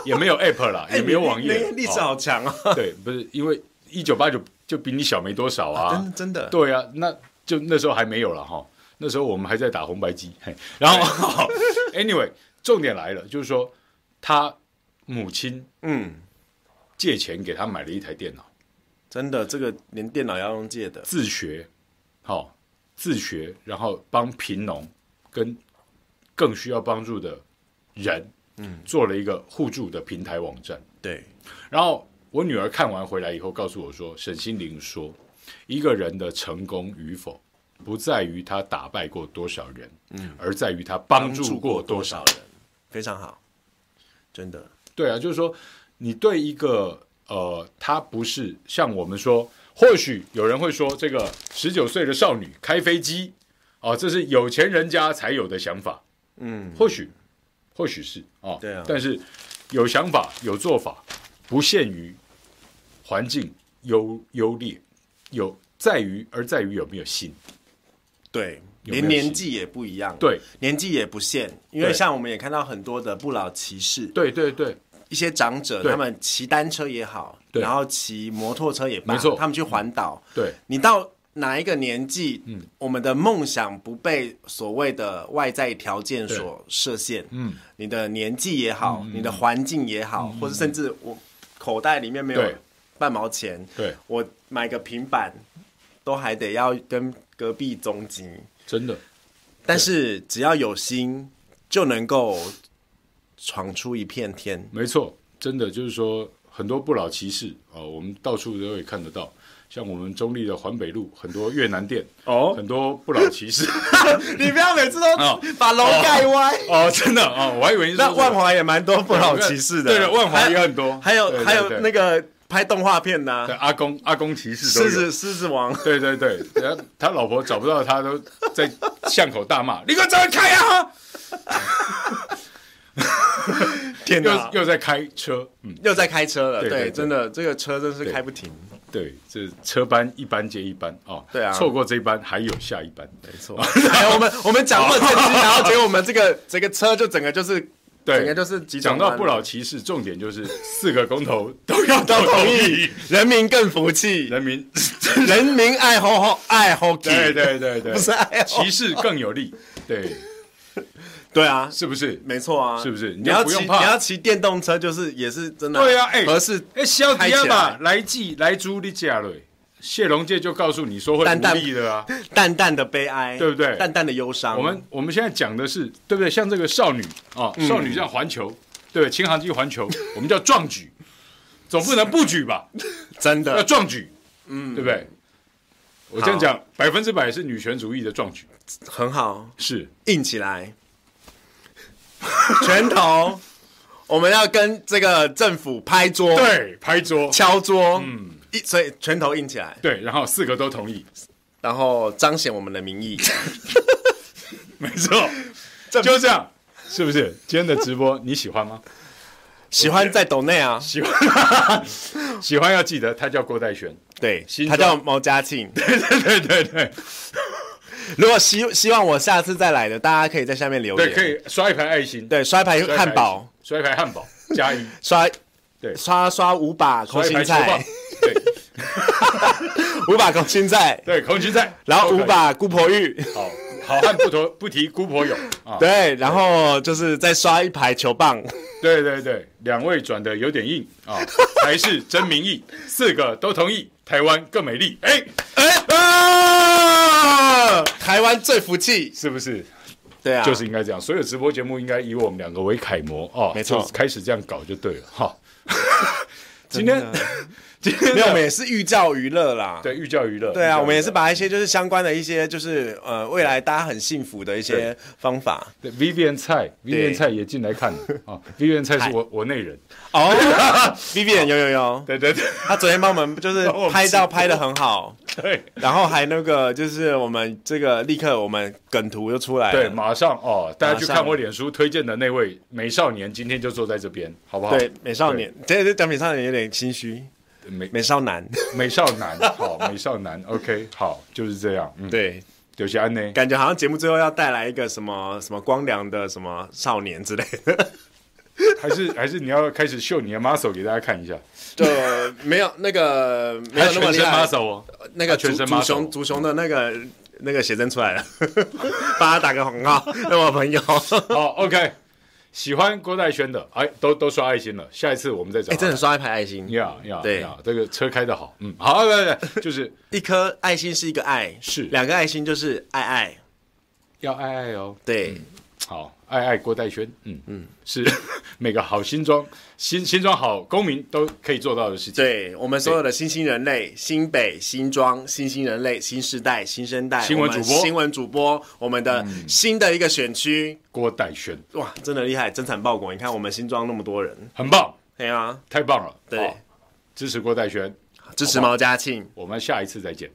也 没有 app 了，也没有网
哎
页
你，历历史
哦
好强哦，
对，不是因为一九八九就比你小没多少啊，
真真的，
对啊，那就那时候还没有了哈，那时候我们还在打红白机。嘿然后，anyway，重点来了，就是说他母亲
嗯，
借钱给他买了一台电脑，
真的，这个连电脑要用借的，
自学，好、自学，然后帮贫农跟更需要帮助的人，嗯，做了一个互助的平台网站。
对，
然后我女儿看完回来以后告诉我说，沈心凌说，一个人的成功与否，不在于他打败过多少人，嗯，而在于他帮助过多少人。
人，非常好，真的，
对啊，就是说，你对一个呃，他不是像我们说，或许有人会说，这个十九岁的少女开飞机，哦、这是有钱人家才有的想法，
嗯，
或许，或许是哦，
对啊
但是有想法、有做法，不限于环境优优劣，有在于而在于有没有心。
对，
有没有
连年
信
纪也不一样，，
对，
年纪也不限，因为
对
像我们也看到很多的不老骑士，
对，对，对，
一些长者，
对
他们骑单车也好，
对
然后骑摩托车也罢，
没错
他们去环岛，
对，
你到哪一个年纪，
嗯
我们的梦想不被所谓的外在条件所设限，嗯，你的年纪也好，
嗯
你的环境也好，或者甚至我口袋里面没有
对
半毛钱，
对，
我买个平板都还得要跟隔壁总级，
真的，
但是只要有心，就能够闯出一片天。
没错，真的就是说，很多不老骑士啊、哦我们到处都会看得到。像我们中立的环北路，很多越南店，
哦，
很多不老骑士
你不要每次都
哦
把楼盖歪。
哦，真的哦，我还以为你说
那万华也蛮多不老骑士的，
对的，万华也很多，
还有
对对
还有
对
那个拍动画片的
对
啊
阿公阿公骑士都
狮
有。
子狮子王，
对对对，然后他老婆找不到他，都在 巷口大骂：“你给我走开啊！”
天哪
又，又在开车，嗯，
又在开车了，
对对对
真的，这个车真是
对
开不停，
对，这车班一班接一班啊，
对啊
错过这一班还有下一班，
没错。哎，我们我们讲那么正经，然后结果我们 这个这个车就整个就是，
对
整个就是急转
讲
弯
到不老骑士，重点就是四个公投 都要
都
到
同
同
意
意，，
人民更服气，
人民，
人民爱吼吼爱吼
对
k
对对 对，
不是爱吼
骑士啊更有力，对，
对啊，
是不是？
没错啊，
是不是你
你
就
要
不
骑
用
你
怕
要骑电动车，就是也是真的，
对啊，哎，
合适
哎，小迪亚
开
吧，来记来租你家了，谢龙介就告诉你说会
淡淡
无力的啊，
淡淡的悲哀，
对不对
淡淡的忧伤，
我们我们现在讲的是对不对？像这个少女啊，少女像环球，对不对？轻航机环球， 我们叫壮举，总不能不举 吧？
真
要
的
壮举，嗯，对不对？我这样
好
讲，百分之百是女权主义的壮举，
很好，
是
硬起来，拳头，我们要跟这个政府拍桌，，
对拍桌，
敲桌，嗯，一所以拳头硬起来，
对，然后四个都同意，
然后彰显我们的民意，
没错，就这样，是不是？今天的直播你喜 欢吗？
喜欢在抖内啊，
喜欢，喜欢要记得，他叫郭代 璇，
对
新，
他
装
叫毛家庆。
对对对对
如果希希望我下次再来的，大家可以在下面留言，
对，可以刷一排爱心，
对刷一排
刷一排爱心
汉堡，，
刷一排汉堡加 一。
刷
对
刷刷五把空
所以
心
排球棒
菜，，
对
五把空 心菜，
对，空军 赛，
然后
都可以
五把姑婆芋，
好好汉不投不提姑婆勇啊，
对，然后就是再刷一排球棒，
对对对，两位转的有点硬啊，才是真民意，四个都同意，台湾更美丽，哎，
哎、啊，台湾最服气，
是不是？
对啊，
就是应该这样，所有直播节目应该以我们两个为楷模哦，
没错
就是开始这样搞就对了 哈。今天今天
没有，我们
的
也是寓教于乐啦。
对寓教于乐，
对
寓教于
啊，
乐
我们也是把一些就是相关的一些就是呃未来大家很幸福的一些方法
对 Vivian 蔡 Vivian 蔡也进来看了 啊，Vivian 蔡是我我内人，
哦。Vivian 有有有，
对对对
他昨天帮我们就是
帮我们
拍
直
照
播
拍的很好，
对。
然后还那个就是我们这个立刻我们梗图就出来
对，
了，
马上哦，大家去
马
看
上
我脸书推荐的那位美少年，今天就坐在这边，好不好？
对，美少年，这这讲美少年有点心虚，
美
美少男，
美少男， 好，美少男，OK，好，就是这样。嗯，
对，
刘安呢？
感觉好像节目最后要带来一个什么什么光良的什么少年之类的，
还是还是你要开始秀你的 muscle 给大家看一下，
就没有那个没
他
有那么
全
厉
身
害。
muscle 哦，
那个
他
竹
全身
竹
muscle
熊
哦。
竹熊的那个那个写真出来了， 帮他打个广告，那我朋友。
好，OK，喜欢郭代轩的，哎，都都刷爱心了，下一次我们再找
哎，
他。
真的刷一排爱心，
呀呀
对
呀，这个车开的好，嗯，好，对对，就是
一颗爱心是一个爱，
是
两个爱心就是爱爱，
要爱爱哦。
对，
好，爱爱郭代轩，嗯嗯，是每个好新装新新装好公民都可以做到的事情。
对我们所有的新兴人类、新北、新庄、新兴人类、新时代、新生代，
新闻主播嗯
我们新闻主播，我们的新的一个选区，
郭代轩
哇，真的厉害，增产报国。你看我们新庄那么多人，
很棒，
对啊，
太棒了，
对
哦好支持郭代轩，
支持毛家庆，
我们下一次再见，